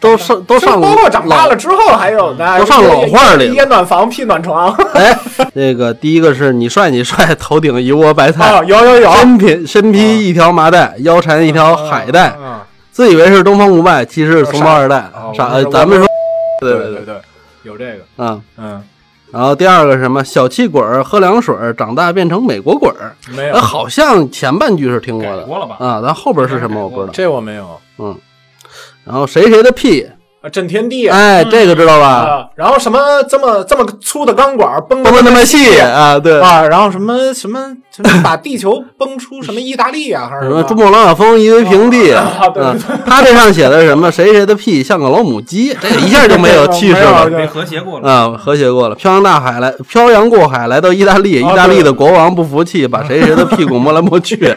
Speaker 2: 都上都
Speaker 1: 就
Speaker 2: 上
Speaker 1: 包括长大
Speaker 2: 老
Speaker 1: 了之后还有的，
Speaker 2: 都上老话里了
Speaker 1: 掖暖房，屁暖
Speaker 2: [laughs]
Speaker 1: 床。
Speaker 2: 哎，那个第一个是你帅你帅，头顶一窝白菜，
Speaker 1: 啊，有有有，
Speaker 2: 身披身披一条麻袋，腰缠一条海带，
Speaker 1: 啊，
Speaker 2: 自以为是东方不败，其实是怂包二代
Speaker 1: 啊。
Speaker 2: 傻，
Speaker 1: 我
Speaker 2: 呃
Speaker 1: 是
Speaker 2: 咱们说，
Speaker 1: 对
Speaker 2: 对
Speaker 1: 对，对，有这个，
Speaker 2: 啊。
Speaker 1: 嗯，
Speaker 2: 然后第二个是什么小气鬼儿喝凉水儿，长大变成美国鬼儿。
Speaker 1: 没
Speaker 2: 呃，好像前半句是听过
Speaker 3: 改
Speaker 1: 哎
Speaker 2: 的
Speaker 3: 过了吧？
Speaker 2: 啊，但后边是什么我不知道。
Speaker 1: 这我没有，
Speaker 2: 然后谁谁的屁
Speaker 1: 啊，震天地啊，
Speaker 2: 哎，这个知道吧？
Speaker 1: 啊然后什么这么这么粗的钢管崩
Speaker 2: 多么那么细啊，对，
Speaker 1: 啊，然后什么什么什么把地球崩出什么意大利啊，还是
Speaker 2: 什
Speaker 1: [laughs] 什
Speaker 2: 么
Speaker 1: 么
Speaker 2: 珠穆朗玛峰夷为平地
Speaker 1: 啊对
Speaker 2: 嗯，他这上写的是什么？谁谁的屁像个老
Speaker 1: [laughs]
Speaker 2: 母鸡，这一下就没有气势
Speaker 1: 没
Speaker 2: 了
Speaker 1: 有。
Speaker 3: 没和谐过了。
Speaker 2: 啊、和谐过了。漂洋大海来，漂洋过海来到意大利，
Speaker 1: 啊
Speaker 2: 意大利的国王不服气，把谁谁的屁股摸来
Speaker 1: [laughs]
Speaker 2: 摸去。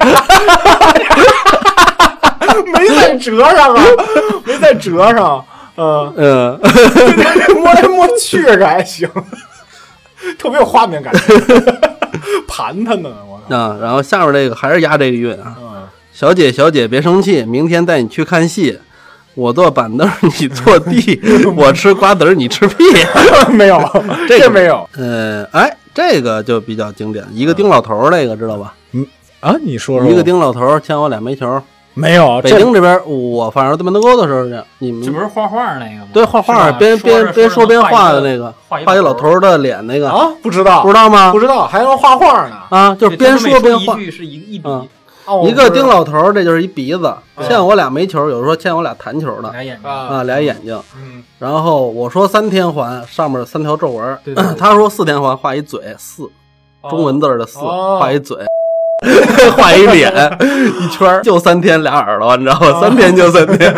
Speaker 1: 没在折上 [laughs] 啊，没在折上，嗯，
Speaker 2: 嗯，
Speaker 1: [laughs] 摸来摸去这还行，特别有画 [laughs] 面感，盘他呢，我操，
Speaker 2: 啊，然后下面这个还是押这个韵啊。
Speaker 1: 嗯，
Speaker 2: 小姐，小姐，别生气，明天带你去看戏。我坐板凳，你坐
Speaker 1: [laughs]
Speaker 2: 地，我吃瓜子儿，你吃屁。
Speaker 1: 没 [laughs] 有，
Speaker 2: 这个
Speaker 1: 没有
Speaker 2: 嗯，哎，这个就比较经典，一个丁老头儿，那个知道吧？
Speaker 1: 啊，你说
Speaker 2: 一个丁老头儿欠我俩煤球儿。
Speaker 1: 没有，
Speaker 2: 北京这边，我反正在门头沟的时候是这样，你
Speaker 3: 这
Speaker 2: 们
Speaker 3: 不是画画那个吗？
Speaker 2: 对画画
Speaker 3: 是
Speaker 2: 儿
Speaker 3: 吧
Speaker 2: 边边边说
Speaker 3: 说着
Speaker 2: 边
Speaker 3: 着
Speaker 2: 画的
Speaker 3: 一
Speaker 2: 那个，
Speaker 3: 画一
Speaker 2: 画一老
Speaker 3: 老
Speaker 2: 头儿的脸那
Speaker 3: 哦
Speaker 2: 个，
Speaker 1: 啊，不知道
Speaker 2: 不知，道吗
Speaker 1: 不？知道，还能画画呢，
Speaker 2: 啊，就是
Speaker 3: 对
Speaker 2: 边
Speaker 3: 他们
Speaker 2: 说
Speaker 3: 每
Speaker 2: 边
Speaker 3: 一
Speaker 2: 画。
Speaker 3: 句是一一笔
Speaker 2: 嗯
Speaker 1: 哦
Speaker 2: 一个丁
Speaker 1: 我
Speaker 2: 老头儿，这就是一鼻子，
Speaker 3: 哦
Speaker 2: 欠我俩煤球儿，有时候欠我俩弹球儿的
Speaker 3: 俩眼
Speaker 1: 知
Speaker 3: 睛
Speaker 1: 道，
Speaker 2: 啊，俩眼睛。
Speaker 1: 嗯，
Speaker 2: 然后我说三天还，上面三条皱纹儿
Speaker 3: 对对对；
Speaker 2: 他说四天还，画一嘴四，
Speaker 1: 哦
Speaker 2: 中文字儿的四，
Speaker 1: 哦
Speaker 2: 画一嘴。 [laughs] 画一脸，一圈儿就三天俩耳朵，你知道
Speaker 1: 哦
Speaker 2: 吗？三天就三天，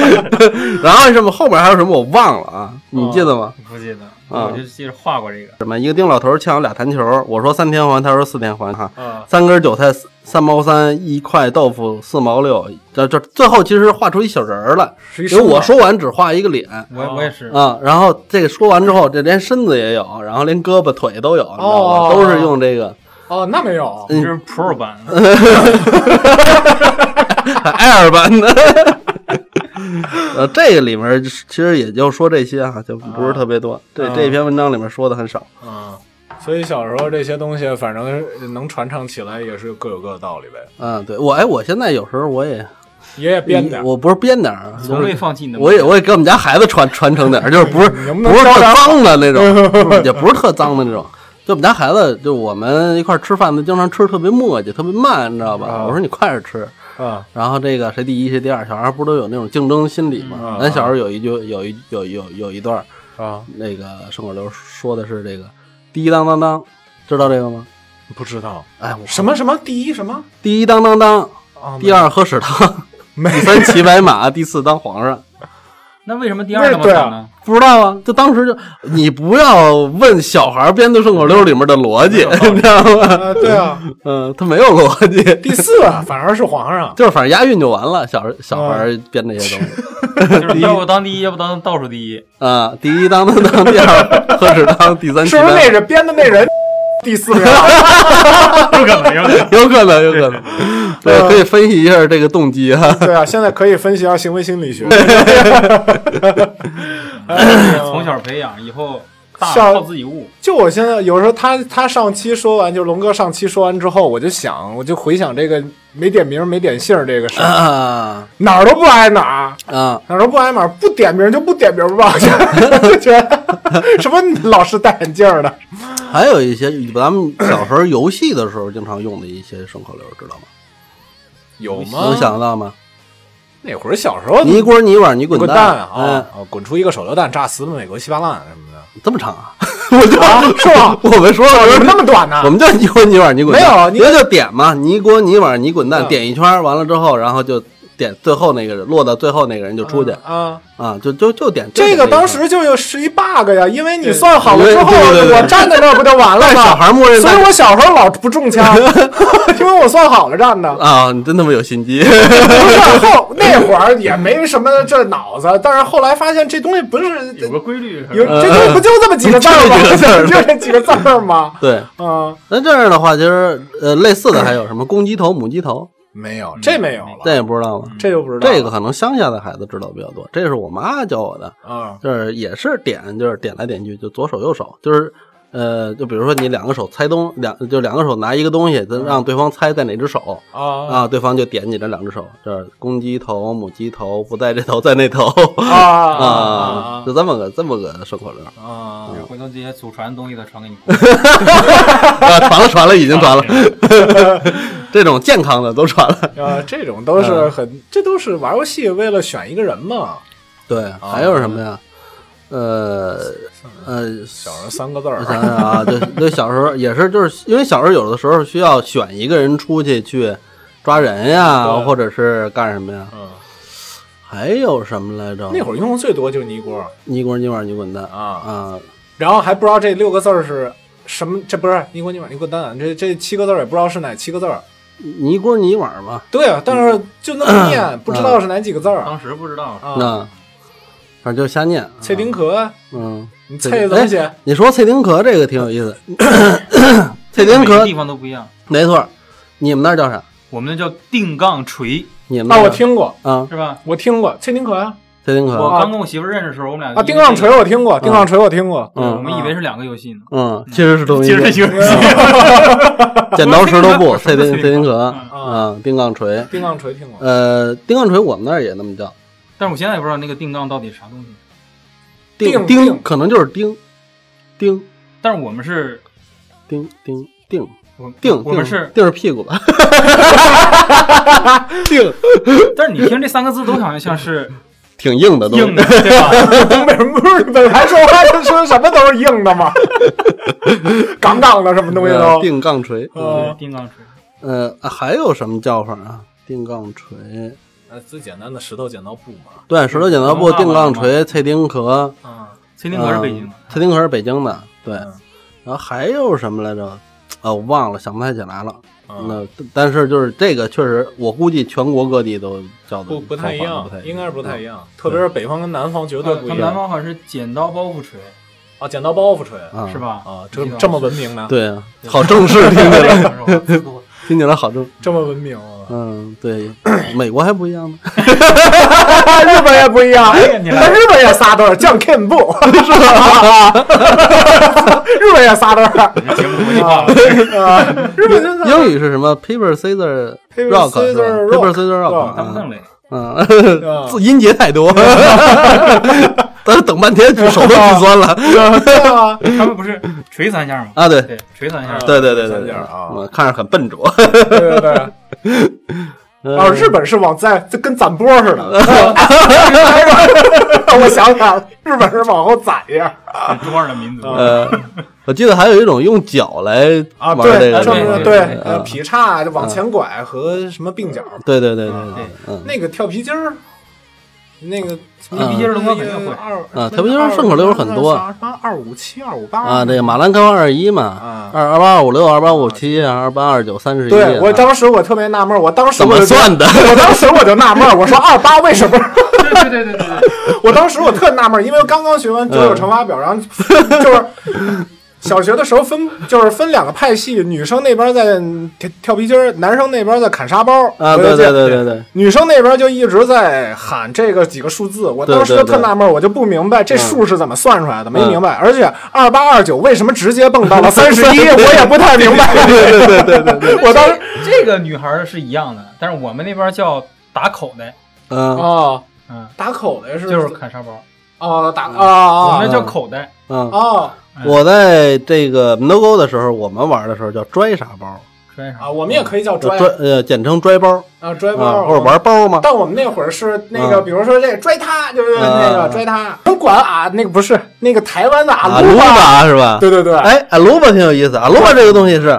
Speaker 2: [laughs] 然后什么后面还有什么我忘了啊？
Speaker 1: 哦
Speaker 2: 你记得吗？
Speaker 3: 不记得，
Speaker 2: 啊
Speaker 3: 我就记着画过这个。
Speaker 2: 什么一个丁老头儿欠我俩弹球儿，我说三天还，他说四天还哈。
Speaker 1: 啊，
Speaker 2: 三根韭菜三三毛三，一块豆腐四毛六，这这最后其实画出一小人儿来，
Speaker 1: 是一
Speaker 2: 因为
Speaker 1: 生
Speaker 2: 我
Speaker 1: 啊
Speaker 2: 说完只画一个脸啊、
Speaker 3: 我我也是，
Speaker 2: 然后这个说完之后，这连身子也有，然后连胳膊腿都有，你知道
Speaker 1: 哦
Speaker 2: 吗？都是用这个
Speaker 1: 哦，那没有，
Speaker 3: 这是 Pro 版，
Speaker 2: 嗯 [laughs] 艾尔版的。呃，这个里面其实也就说这些哈、就不是特别多。对
Speaker 1: 啊
Speaker 2: 这篇文章里面说的很少。
Speaker 1: 嗯，所以小时候这些东西，反正能传唱起来，也是各有各的道理呗，
Speaker 2: 嗯，对我哎，我现在有时候我也
Speaker 1: 爷爷编的，
Speaker 2: 我不是编点儿，
Speaker 3: 从未放弃你的梦
Speaker 2: 我也我也给我们家孩子传传承点儿，就是不是
Speaker 1: 能不
Speaker 2: 不
Speaker 1: 能
Speaker 2: 是
Speaker 1: 教
Speaker 2: 特
Speaker 1: 点儿
Speaker 2: 脏的
Speaker 1: [laughs]
Speaker 2: 那种，也不是特脏的那种。就我们家孩子，就我们一块儿吃饭的，经常吃得特别磨叽，特别慢，你知道吧
Speaker 1: 啊？
Speaker 2: 我说你快点吃。
Speaker 1: 嗯
Speaker 2: 然后这个谁第一谁第二，小孩不都有那种竞争心理
Speaker 1: 嗯
Speaker 2: 吗
Speaker 1: 啊？
Speaker 2: 咱小时候有一句有一有有有一段儿，
Speaker 1: 啊，
Speaker 2: 那个顺口溜说的是这个滴滴当当当，知道这个吗？
Speaker 1: 不知道
Speaker 2: 哎，我
Speaker 1: 什么什么第一什么
Speaker 2: 滴滴当当当，
Speaker 1: 啊，
Speaker 2: 第二喝屎汤，
Speaker 1: 没
Speaker 2: 第三骑白马，第四当皇上。
Speaker 3: 那为什么第二那么
Speaker 1: 对啊
Speaker 3: 长呢？
Speaker 2: 不知道啊，就当时就你不要问小孩编的顺口溜里面的逻辑，你知道吗？
Speaker 1: [laughs] 啊，对啊，
Speaker 2: 嗯，他没有逻辑，
Speaker 1: 第四啊反而是皇上， [laughs]
Speaker 2: 就是反正押韵就完了。小小孩编这些东西
Speaker 3: [laughs] 就是要不当第一，要不当倒数 [laughs] 第一。
Speaker 2: 啊，第一当当当，第二喝屎当，第三
Speaker 1: 是不是那
Speaker 2: 鸡
Speaker 1: 人编的那人第四啊个？ [laughs]
Speaker 3: 有可能，有
Speaker 2: 蛋有可能，有可
Speaker 3: 可能。
Speaker 2: 能，对，可以分析一下这个动机哈。
Speaker 1: 对啊，现在可以分析到行为心理 [laughs] 学。
Speaker 3: [laughs] 从小培养，以后大
Speaker 1: 像
Speaker 3: 靠自己悟。
Speaker 1: 哎就我现在有时候他他上期说完，就龙哥上期说完之后，我就想，我就回想这个没点名没点姓这个事儿，
Speaker 2: [coughs] 啊
Speaker 1: 哪儿都不挨哪儿。
Speaker 2: 啊，
Speaker 1: 哪儿都不挨哪儿，不点名就不点名吧，就觉得 [laughs] 什么老是戴眼镜儿的，
Speaker 2: 还有一些咱们小时候游戏的时候经常用的一些顺口溜，知道吗？
Speaker 1: 有吗？
Speaker 2: 能想得到吗？
Speaker 1: 那会儿小时候
Speaker 2: 你滚泥碗，你滚
Speaker 1: 滚
Speaker 2: 蛋
Speaker 1: 蛋
Speaker 2: 哎
Speaker 1: 啊，哦滚出一个手榴弹，炸死美国稀巴烂什么的
Speaker 2: 嗯这么长啊？ [laughs] 我就
Speaker 1: 啊，是吧？
Speaker 2: 我们说的
Speaker 1: 怎
Speaker 2: 时候
Speaker 1: 么那么短呢
Speaker 2: 我？们就你滚你碗你滚蛋，
Speaker 1: 没有你
Speaker 2: 因为就点嘛，你滚你碗你滚蛋，
Speaker 1: 嗯
Speaker 2: 点一圈儿完了之后，然后就点最后那个人，落到最后那个人就出去
Speaker 1: 啊！
Speaker 2: 啊，就就就点
Speaker 1: 这个
Speaker 2: 个
Speaker 1: 当时就是一 bug 呀，因为你算好了
Speaker 2: 对
Speaker 1: 之后，
Speaker 2: 对对对
Speaker 1: 我站在那儿不就完了
Speaker 2: 但
Speaker 1: 吗？
Speaker 2: 小孩默认
Speaker 1: 所以
Speaker 2: 在
Speaker 1: 我小时候老不中
Speaker 2: [laughs]
Speaker 1: 枪，因为我算好了站的。
Speaker 2: 啊，你真他妈有
Speaker 1: [laughs]
Speaker 2: 心机，
Speaker 1: 不是后那会儿也没什么这脑子，但是后来发现这东西不是这
Speaker 3: 有个规律，可
Speaker 1: 有
Speaker 3: 能
Speaker 1: 这东西不就这么几个字儿吗？
Speaker 2: 就这几个字儿
Speaker 1: [laughs] 就这几个字儿吗？
Speaker 2: 对。
Speaker 1: 嗯，
Speaker 2: 那这样的话，其实呃，类似的还有什么公鸡头、母鸡头，
Speaker 1: 没有，这没有
Speaker 2: 咱
Speaker 1: 了，
Speaker 2: 也不知道吗？
Speaker 1: 这就不知道
Speaker 2: 这个可能乡下的孩子知道比较多，这是我妈教我的，
Speaker 1: 啊
Speaker 2: 就是也是点，就是点来点去，就左手右手，就是呃，就比如说你两个手猜东两，就两个手拿一个东西，
Speaker 1: 嗯
Speaker 2: 就让对方猜在哪只手，
Speaker 1: 啊
Speaker 2: 啊，对方就点你这两只手，这公鸡头、母鸡头，不在这头，在那头
Speaker 1: 啊啊
Speaker 2: 啊，就这么个这么个顺口溜
Speaker 1: 啊！
Speaker 3: 回头这些祖传东西的传 [laughs] 给你。
Speaker 2: 啊，传了传了，已经传了， [laughs] 这种健康的都传了。嗯
Speaker 1: 啊，这种都是很，这都是玩游戏为了选一个人嘛。
Speaker 2: 对，还有什么呀？呃呃，
Speaker 1: 小时候三个字
Speaker 2: 我
Speaker 1: 儿，
Speaker 2: 想想啊，对对，小时候也是，就是因为小时候有的时候需要选一个人出去去抓人呀，
Speaker 1: 对
Speaker 2: 或者是干什么呀？
Speaker 1: 嗯，
Speaker 2: 还有什么来着？
Speaker 1: 那会儿用的最多就是尼姑儿
Speaker 2: 你滚你碗你滚蛋
Speaker 1: 啊，
Speaker 2: 啊！
Speaker 1: 然后还不知道这六个字儿是什么，这不是尼姑尼碗尼滚蛋，这这七个字儿也不知道是哪七个字儿。
Speaker 2: 你滚你碗嘛，
Speaker 1: 对啊，但是就那么
Speaker 2: 嗯
Speaker 1: 念，不知道是哪几个字儿
Speaker 3: 当时不知道，
Speaker 1: 啊。
Speaker 2: 那反正就瞎念。
Speaker 1: 脆丁
Speaker 2: 啊
Speaker 1: 壳，
Speaker 2: 嗯，
Speaker 1: 你脆的东西，
Speaker 2: 你说脆丁壳这个挺有意思，脆丁
Speaker 3: 每个
Speaker 2: 壳
Speaker 3: 地方都不一样。
Speaker 2: 没错儿，你们那儿叫啥？
Speaker 3: 我们那叫定杠锤，
Speaker 2: 你们
Speaker 1: 那
Speaker 2: 儿
Speaker 1: 我听过，
Speaker 2: 啊，
Speaker 3: 是吧？
Speaker 1: 我听过脆丁壳啊，
Speaker 2: 脆丁壳，
Speaker 3: 我刚跟我媳妇认识的时候，我们俩就
Speaker 1: 啊，钉上锤，我听过，钉上锤我听过，
Speaker 3: 对我
Speaker 2: 嗯
Speaker 3: 们以为是两个游戏呢，
Speaker 2: 嗯，其实是同一
Speaker 3: 其实
Speaker 2: 个
Speaker 3: 是，一个游
Speaker 1: 啊
Speaker 3: 戏。
Speaker 1: 嗯 [laughs]
Speaker 2: 剪刀石头布，脆丁
Speaker 3: 我
Speaker 2: 脆丁壳
Speaker 3: 嗯
Speaker 2: 啊，钉杠锤。
Speaker 1: 钉上锤听过， [laughs]
Speaker 2: 呃，钉杠锤我们那儿也那么叫，
Speaker 3: 但是我现在也不知道那个定杠到底是啥东西。
Speaker 2: 钉
Speaker 1: 钉
Speaker 2: 钉
Speaker 1: 钉
Speaker 2: 可能就是钉，钉
Speaker 3: 但是我们是，
Speaker 2: 钉钉钉
Speaker 3: 我
Speaker 2: 钉，
Speaker 3: 我们是，
Speaker 2: 钉是屁股吧？ [laughs] 钉
Speaker 3: 但是你听这三个字都好像像
Speaker 1: [laughs]
Speaker 3: 是
Speaker 2: 挺硬的东西
Speaker 3: 硬的，，对吧？
Speaker 1: 东北人不是本来说话就说什么都是硬的吗？ [laughs] 杠杠的什么东西
Speaker 2: 呃
Speaker 1: 都，
Speaker 2: 钉杠锤。
Speaker 3: 对
Speaker 1: 嗯，
Speaker 3: 定杠锤。
Speaker 2: 呃，还有什么叫法啊？钉杠锤，
Speaker 1: 呃，最简单的石头剪刀布嘛，
Speaker 2: 对，石头剪刀布、
Speaker 3: 文化
Speaker 2: 钉杠
Speaker 3: 嘛
Speaker 2: 锤、脆丁壳，
Speaker 1: 啊，
Speaker 3: 崔定格是北京的
Speaker 2: 嗯，脆丁壳是北京的，对。
Speaker 1: 嗯
Speaker 2: 然后还有什么来着？啊，我忘了，想不太起来了。
Speaker 1: 嗯
Speaker 2: 那但是就是这个，确实，我估计全国各地都叫的
Speaker 1: 不不太一
Speaker 2: 方
Speaker 1: 样
Speaker 2: 法，
Speaker 1: 应该是不太一
Speaker 2: 样。
Speaker 1: 样，特别是北方啊跟南方绝对
Speaker 3: 呃
Speaker 1: 不
Speaker 3: 他
Speaker 1: 一
Speaker 3: 们南
Speaker 1: 样
Speaker 3: 方好像是剪刀包袱锤，
Speaker 1: 啊，剪刀包袱锤
Speaker 2: 啊，
Speaker 3: 是？吧？
Speaker 1: 啊，这这么文明呢？
Speaker 2: 对啊，好正式，听起来，听起来好正。
Speaker 1: 这么文明啊，
Speaker 2: 嗯，对，美国还不一
Speaker 1: [laughs]
Speaker 2: 样呢，
Speaker 1: 啊日本也不一样，
Speaker 3: 哎呀你来
Speaker 1: 那日本也仨字儿，酱 Kim [laughs] 布是吧？日本也仨字儿。
Speaker 3: 这节目国际化了。
Speaker 1: 啊，日本就是
Speaker 2: 英语是什么？Paper scissor
Speaker 1: Paper,
Speaker 2: rock 是吧
Speaker 1: scissor,
Speaker 2: ？Paper
Speaker 1: rock
Speaker 2: scissor
Speaker 3: 他们
Speaker 2: rock
Speaker 3: 更累，
Speaker 2: 嗯。嗯，字音节太
Speaker 1: [laughs]
Speaker 2: 多，但是等半天手都举酸
Speaker 1: [laughs]
Speaker 2: 了。
Speaker 1: 对啊吧？
Speaker 3: 他们不是锤三下吗？
Speaker 2: 啊，对，
Speaker 3: 对，锤三下。
Speaker 2: 对对对对
Speaker 1: 三
Speaker 2: 对，
Speaker 1: 角啊
Speaker 2: 嗯，看着很笨拙。
Speaker 1: 对对对。
Speaker 2: 嗯
Speaker 1: 哦，日本是往在这跟攒波似
Speaker 2: [laughs]
Speaker 1: 的， [laughs] 我想想，日本是往后攒一下
Speaker 3: 很中二的民族。
Speaker 2: 呃，我记得还有一种用脚来
Speaker 1: 嗯啊，
Speaker 2: 玩这
Speaker 1: 对，
Speaker 2: 个嗯
Speaker 1: 就
Speaker 3: 对
Speaker 2: 的，
Speaker 1: 是
Speaker 3: 对
Speaker 1: 对
Speaker 3: 对，
Speaker 1: 呃，劈叉就
Speaker 2: 嗯
Speaker 1: 往前拐和什么并角，
Speaker 2: 对对对对
Speaker 1: 啊
Speaker 2: 对，嗯
Speaker 1: 那个跳皮筋儿，那个
Speaker 2: 跳皮
Speaker 3: 筋儿龙哥肯定会
Speaker 1: 二
Speaker 2: 啊跳皮筋儿顺口溜儿很多
Speaker 1: 二二五七二五八
Speaker 2: 啊，这个马兰科二一嘛，
Speaker 1: 啊，
Speaker 2: 二二八二五六二八五七二八二九三十一，
Speaker 1: 对我
Speaker 2: 啊
Speaker 1: 当时我特别纳闷儿，我当时
Speaker 2: 怎
Speaker 1: 我
Speaker 2: 么
Speaker 1: 就觉得
Speaker 2: 算的？
Speaker 1: [laughs] 我当时我就纳闷儿，我说二八为什么？
Speaker 3: 对对对对对对。
Speaker 1: 我当时我特纳闷儿，因为刚刚学完九九乘法表，然后就是小学的时候分就是分两个派系，女生那边在跳跳皮筋儿，男生那边在砍沙包
Speaker 2: 啊，
Speaker 1: 我
Speaker 2: 对
Speaker 1: 就
Speaker 2: 对
Speaker 1: 见
Speaker 2: 对对对，
Speaker 1: 女生那边就一直在喊这个几个数字，我当时就特纳闷儿，我就不明白这数是怎么算出来的，没明
Speaker 2: 嗯
Speaker 1: 白。而且二八二九为什么直接蹦
Speaker 2: [laughs]
Speaker 1: 到了三十一，我也不 [laughs] 太明白。对对对 [laughs] 对对，我当时
Speaker 3: 这个女孩儿是一样的，但是我们那边叫打口袋，
Speaker 2: 嗯
Speaker 1: 哦，
Speaker 3: 嗯，
Speaker 1: 打口袋是
Speaker 3: 就是砍沙包，
Speaker 1: 哦打啊
Speaker 3: 我
Speaker 1: 啊
Speaker 3: 们那叫口袋。
Speaker 2: 嗯，
Speaker 1: 哦
Speaker 2: 我在这个门头沟的时候，我们玩的时候叫拽啥包，
Speaker 3: 摔啥
Speaker 1: 啊，？我们也可以叫拽
Speaker 2: 拽呃，简称拽包
Speaker 1: 啊拽
Speaker 2: 啊，
Speaker 1: 包
Speaker 2: 或者。玩包嘛。
Speaker 1: 但我们那会儿是那个，
Speaker 2: 嗯
Speaker 1: 比如说这个拽他，就是那个
Speaker 2: 嗯
Speaker 1: 拽他，甭管啊，那个不是那个台湾的
Speaker 2: 啊，
Speaker 1: 阿
Speaker 2: 卢
Speaker 1: 鲁巴，
Speaker 2: 巴是吧？
Speaker 1: 对对对，
Speaker 2: 哎，阿鲁巴挺有意思。阿鲁巴这个东西是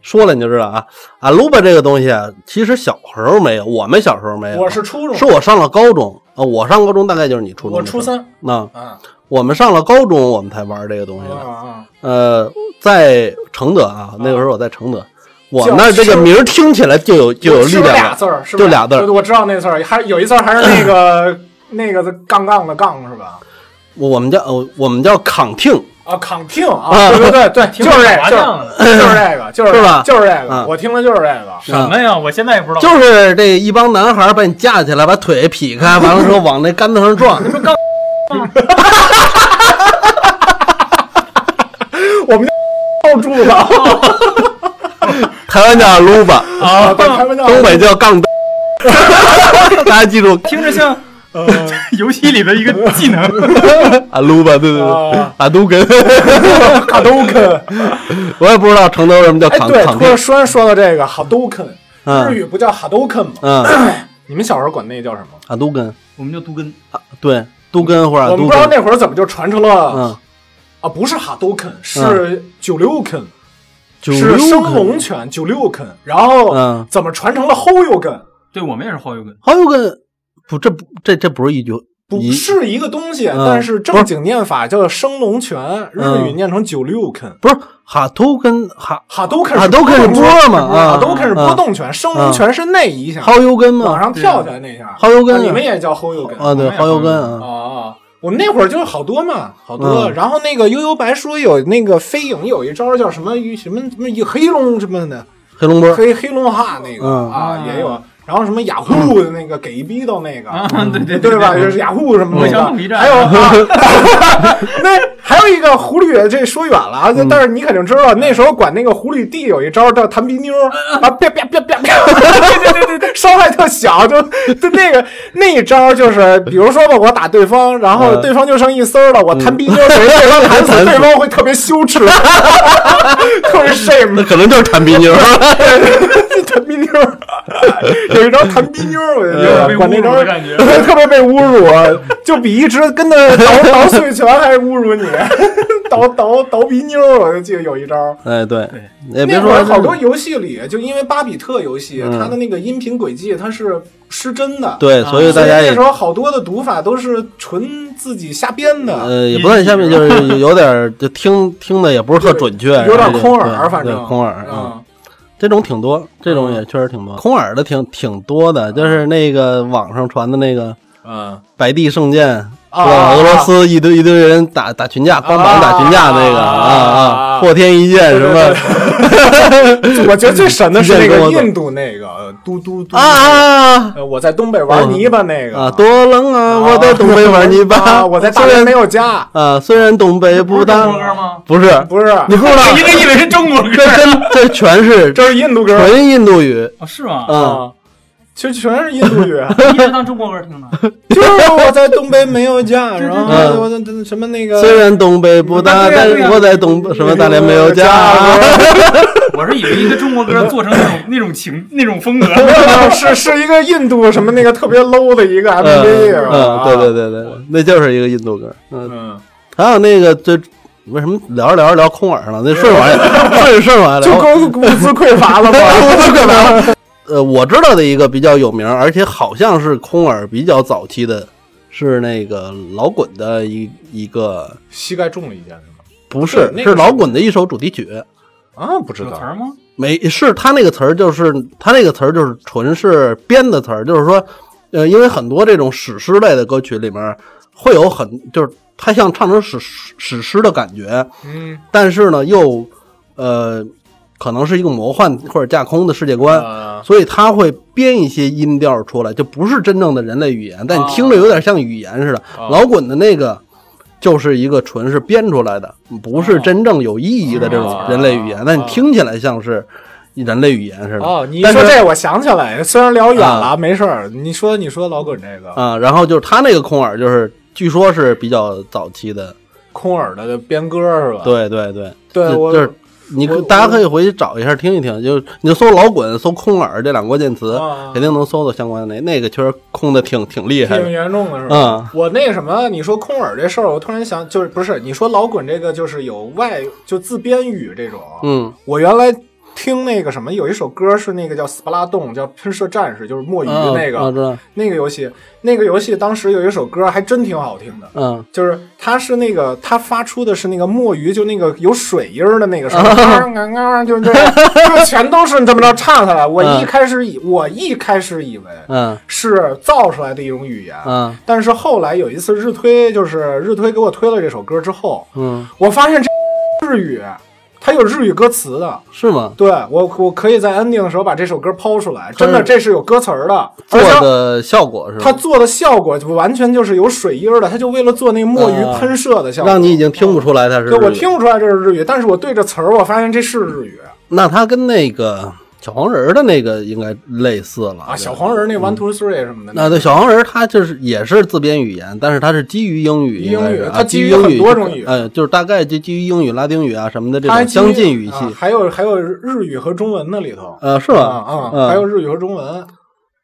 Speaker 2: 说了你就知道啊，阿鲁巴这个东西啊，其实小时候没有，我们小时候没有，
Speaker 1: 我是初中，
Speaker 2: 是我上了高中啊，我上高中大概就是你初中
Speaker 1: 我
Speaker 2: 的时候，
Speaker 1: 初三
Speaker 2: 那
Speaker 1: 啊
Speaker 2: 我们上了高中，我们才玩这个东
Speaker 1: 啊
Speaker 2: 西的。
Speaker 1: 啊，
Speaker 2: 呃，在承德啊，那个时候我在承德，我
Speaker 1: 嗯叫
Speaker 2: 们那儿这个
Speaker 1: 吃
Speaker 2: 名儿听起来就有就有力
Speaker 1: 是不是
Speaker 2: 量
Speaker 1: 俩
Speaker 2: 了。
Speaker 1: 字儿，是不
Speaker 2: 就是俩字儿
Speaker 1: 对我知道那字儿，还有一字儿还是那
Speaker 2: [laughs]
Speaker 1: 个那个杠杠的杠是吧？
Speaker 2: 我们叫呃我们叫扛听
Speaker 1: 啊，扛听啊，
Speaker 2: 啊
Speaker 1: 对对对对，
Speaker 3: 听
Speaker 1: 就是这
Speaker 3: 麻
Speaker 1: 个，
Speaker 3: 将的
Speaker 1: 就是就是这
Speaker 2: [laughs]
Speaker 1: 个，就是
Speaker 2: 是吧
Speaker 1: 就是这个
Speaker 2: 啊，
Speaker 1: 我听的就是这个。
Speaker 3: 什么呀？我现在也不知道。
Speaker 2: 就是这一帮男孩儿把你架起来，把腿劈开，完了之后往那杆子
Speaker 1: [laughs]
Speaker 2: 上撞。
Speaker 1: 抱住了
Speaker 2: 台湾叫撸吧，
Speaker 1: 啊，
Speaker 2: [laughs]
Speaker 1: 对，开玩笑，
Speaker 2: 东北叫杠。 [laughs] 大家记住
Speaker 3: 听着像
Speaker 1: 呃
Speaker 3: 游戏里的一个技能。
Speaker 2: 啊，撸吧，对对对
Speaker 1: 啊，
Speaker 2: 啊，都跟
Speaker 1: [laughs] 卡都坑。
Speaker 2: [laughs] 我也不知道承德为什么叫
Speaker 1: 哎，
Speaker 2: 扛
Speaker 1: 对，
Speaker 2: 扛
Speaker 1: 突
Speaker 2: 定
Speaker 1: 然，说说到这个哈都坑，日
Speaker 2: 嗯
Speaker 1: 语不叫哈都坑吗？
Speaker 2: 嗯，
Speaker 4: [clears throat]
Speaker 1: 你们小时候管那叫什么？
Speaker 2: 啊，都跟
Speaker 3: 我们叫都根，
Speaker 2: 啊，对，都跟或者
Speaker 4: 我
Speaker 2: 都
Speaker 4: 们不知道
Speaker 2: 跟，
Speaker 4: 那会儿怎么就传出了
Speaker 2: 嗯，
Speaker 4: 啊，不是哈都肯，是九六肯，
Speaker 2: 九
Speaker 4: 是
Speaker 2: 六
Speaker 4: 生
Speaker 2: 肯
Speaker 4: 龙犬九六肯，然后
Speaker 2: 嗯
Speaker 4: 怎么传成了后右肯？
Speaker 3: 对我们也是后油根，
Speaker 2: 好有个不，这不这这不是一句，
Speaker 4: 不
Speaker 2: 一
Speaker 4: 是一个东西，
Speaker 2: 嗯
Speaker 4: 但是正经念法叫升龙拳，日语念成九六肯。
Speaker 2: 不是哈都跟哈
Speaker 4: 哈都肯
Speaker 2: 哈都肯是
Speaker 4: 波
Speaker 2: 波嘛啊
Speaker 4: 哈都肯是波动拳，升龙拳是那一下，
Speaker 2: 好油根
Speaker 4: 往
Speaker 2: 嘛，
Speaker 4: 上跳起来那一下。
Speaker 2: 好油根
Speaker 4: 啊
Speaker 2: 啊
Speaker 4: 你们也叫后右根啊
Speaker 2: 啊，对，好油根啊，
Speaker 4: 啊！我们那会儿就是好多嘛，好多。
Speaker 2: 嗯
Speaker 4: 然后那个悠悠白书有那个飞影有一招叫什么什么什么黑龙什么的，
Speaker 2: 黑龙波，
Speaker 4: 黑黑龙哈那个
Speaker 2: 嗯
Speaker 4: 啊
Speaker 3: 啊
Speaker 4: 也有。然后什么雅虎的那个给一逼到那个
Speaker 3: 啊，对对
Speaker 4: 对吧？就是雅虎什么
Speaker 3: 我
Speaker 4: 的，
Speaker 3: 想统一战
Speaker 4: [laughs] 还有啊，那还有一个狐狸，这说远了啊，但是你肯定知道，那时候管那个狐狸弟有一招叫弹鼻妞儿啊，啪啪啪啪啪，对对对对， [laughs] 伤害特小，就就那个那一招就是，比如说吧，我打对方，然后
Speaker 2: 嗯
Speaker 4: 对方就剩一丝儿了，我弹鼻妞儿给对方嗯 [laughs] 弹死，对方会特别羞耻， [laughs] 特别 shame
Speaker 2: 那。可能就是弹鼻妞，
Speaker 4: [laughs] 弹鼻妞儿，有一招弹鼻妞儿，我就
Speaker 3: 有
Speaker 4: 觉得
Speaker 3: 呃被
Speaker 4: 管那
Speaker 3: 侮辱的
Speaker 4: 招
Speaker 3: 感觉
Speaker 4: [laughs] 特别被侮辱啊，就比一直跟那倒倒碎拳还侮辱你， [laughs] 倒倒倒鼻妞儿，我就记得有一招。
Speaker 2: [laughs] 哎，对
Speaker 3: 对，
Speaker 2: 也别
Speaker 4: 那会儿
Speaker 2: 说
Speaker 4: 好多游戏里，就因为巴比特游戏，
Speaker 2: 嗯
Speaker 4: 它的那个音频轨迹它是失真的，
Speaker 2: 对，所以
Speaker 4: 所
Speaker 2: 大
Speaker 4: 以
Speaker 2: 家
Speaker 4: 那
Speaker 2: 也
Speaker 4: 时候好多的读法都是纯自己瞎编的。
Speaker 2: 呃也不算下面，
Speaker 4: [laughs]
Speaker 2: 就是有点儿就听听的也不是特准确，啊
Speaker 4: 有点
Speaker 2: 对
Speaker 4: 空耳
Speaker 2: 对
Speaker 4: 反正
Speaker 2: 对空耳嗯
Speaker 4: 嗯，
Speaker 2: 这种挺多，这种也确实挺多，空耳的挺挺多的，就是那个网上传的那个
Speaker 4: 嗯，
Speaker 2: 白帝圣剑，
Speaker 4: 啊
Speaker 2: 是吧俄罗斯一堆一堆人打打群架，光膀打群架那个
Speaker 4: 啊
Speaker 2: 啊，破天一剑什么
Speaker 4: 我觉得最神的是那
Speaker 2: 嗯一见多
Speaker 4: 个
Speaker 2: 的
Speaker 4: 印度那个呃嘟嘟
Speaker 2: [laughs]
Speaker 4: 嘟
Speaker 2: 啊啊
Speaker 4: 呃，我在东北玩泥巴那个
Speaker 2: 啊，多冷啊！我在东北玩泥
Speaker 4: 啊
Speaker 2: 巴，
Speaker 4: 我在大
Speaker 2: 虽
Speaker 4: 连
Speaker 2: 然
Speaker 4: 没有家，
Speaker 2: 啊，虽然东北不大
Speaker 3: 不是中国歌吗，
Speaker 2: 不是，
Speaker 4: 不是，
Speaker 2: 你不知道，
Speaker 3: 一直以为是中国歌
Speaker 2: 这真这全是
Speaker 4: 这是印度歌
Speaker 2: 纯印度语
Speaker 3: 哦，是吗？
Speaker 2: 啊，，
Speaker 4: 其实全是印度语，啊
Speaker 3: 我一直当中国歌听呢。
Speaker 4: 就是我在东北没有家，然后
Speaker 2: 嗯
Speaker 4: 我的什么那个，
Speaker 2: 虽然东北不大，
Speaker 4: 对呀
Speaker 2: 但
Speaker 4: 对呀
Speaker 2: 是我在东什么大连没
Speaker 4: 呃
Speaker 2: 有家，啊
Speaker 4: 啊
Speaker 3: 我是以为一个中国歌做成那种那种情那种风格，
Speaker 4: 是是一个印度什么那个特别 low 的一个
Speaker 2: 嗯
Speaker 4: MV，
Speaker 2: 嗯，对对，对对，那就是一个印度歌，嗯，
Speaker 4: 嗯，
Speaker 2: 还有那个最为什么聊着聊着聊空耳上了？那顺着往下
Speaker 4: [laughs]
Speaker 2: 顺着顺着往下
Speaker 4: 就
Speaker 2: 聊。
Speaker 4: 够物资匮
Speaker 2: [laughs]
Speaker 4: 乏了 [laughs] 吧？
Speaker 2: 呃，我知道的一个比较有名，而且好像是空耳比较早期的，是那个老滚的一一个，
Speaker 4: 膝盖中了一箭是吗？
Speaker 2: 不是
Speaker 4: 对那个
Speaker 2: 是老滚的一首主题曲。
Speaker 4: 啊，不知
Speaker 3: 有词
Speaker 4: 道，
Speaker 3: 儿吗？
Speaker 2: 没是他那个词儿，就是他那个词儿就是纯是编的词儿，就是说，呃，因为很多这种史诗类的歌曲里面会有很就是他像唱成史史史诗的感觉，
Speaker 4: 嗯，
Speaker 2: 但是呢，又呃，可能是一个魔幻或者架空的世界观，
Speaker 4: 啊
Speaker 2: 所以他会编一些音调出来，就不是真正的人类语言，但你听着有点像语言似的。
Speaker 4: 哦
Speaker 2: 老滚的那个就是一个纯是编出来的，不是真正有意义的这种人类语言，
Speaker 4: 哦
Speaker 2: 但你听起来像是人类语言似的。
Speaker 4: 哦，你
Speaker 2: 但
Speaker 4: 说
Speaker 2: 是
Speaker 4: 这我想起来，虽然聊远了，
Speaker 2: 啊
Speaker 4: 没事儿，你说你说老滚这个
Speaker 2: 啊，然后就是他那个空耳，就是据说是比较早期的，
Speaker 4: 空耳的编歌是吧？
Speaker 2: 对对对，
Speaker 4: 对，
Speaker 2: 就
Speaker 4: 我
Speaker 2: 就是你
Speaker 4: 我
Speaker 2: 可大家
Speaker 4: 我
Speaker 2: 可以回去找一下听一听，就你就搜老滚、搜空耳这两个关键词，
Speaker 4: 啊
Speaker 2: 肯定能搜到相关的那那个确实空的挺挺厉害
Speaker 4: 挺
Speaker 2: 的，
Speaker 4: 严重的是吧？
Speaker 2: 嗯
Speaker 4: [laughs] 我那什么，你说空耳这事儿，我突然想，就是不是你说老滚这个，就是有外就自编语这种。
Speaker 2: 嗯
Speaker 4: 我原来听那个什么，有一首歌是那个叫《斯巴拉洞》，叫《喷射战士》，就是墨鱼
Speaker 2: 啊
Speaker 4: 那个、
Speaker 2: 啊知道，
Speaker 4: 那个游戏。那个游戏当时有一首歌还真挺好听的，
Speaker 2: 嗯
Speaker 4: 就是它是那个它发出的是那个墨鱼，就那个有水音儿的那
Speaker 2: [laughs]
Speaker 4: 个声，啊啊
Speaker 2: 嗯
Speaker 4: 啊，就是这样，就全都是这么着唱下来。我一
Speaker 2: 嗯
Speaker 4: 开始以我一开始以为
Speaker 2: 嗯
Speaker 4: 是造出来的一种语言。
Speaker 2: 嗯
Speaker 4: 但是后来有一次日推，就是日推给我推了这首歌之后，
Speaker 2: 嗯，
Speaker 4: 我发现这日语，它有日语歌词的。
Speaker 2: 是吗？
Speaker 4: 对我，我可以在 ending 的时候把这首歌抛出来，真的，
Speaker 2: 是
Speaker 4: 这是有歌词儿的，
Speaker 2: 做
Speaker 4: 而且
Speaker 2: 的效果是
Speaker 4: 它
Speaker 2: 吧？
Speaker 4: 做的效果就完全就是有水音儿的，它就为了做那个墨鱼喷射的效果，
Speaker 2: 啊让你已经听不出来它是
Speaker 4: 对我
Speaker 2: 日语
Speaker 4: 听，不出来这是日语，但是我对着词儿，我发现这是日语啊
Speaker 2: 那它跟那个小黄人儿的那个应该类似了
Speaker 4: 啊。
Speaker 2: 对
Speaker 4: 小黄人那 one two three 什么的，
Speaker 2: 啊，对，小黄人他就是也是自编语言，但是他是基于英语，
Speaker 4: 英语
Speaker 2: 应该是啊
Speaker 4: 它基
Speaker 2: 基
Speaker 4: 于
Speaker 2: 于英
Speaker 4: 很多种语
Speaker 2: 呃，就是大概就基于英语、拉丁语啊什么的这
Speaker 4: 它还
Speaker 2: 种
Speaker 4: 基
Speaker 2: 相
Speaker 4: 于
Speaker 2: 近语系，
Speaker 4: 啊还有还有日语和中文那里头，
Speaker 2: 呃，是
Speaker 4: 啊
Speaker 2: 吧？
Speaker 4: 啊，
Speaker 2: 嗯
Speaker 4: 还有日语和中文，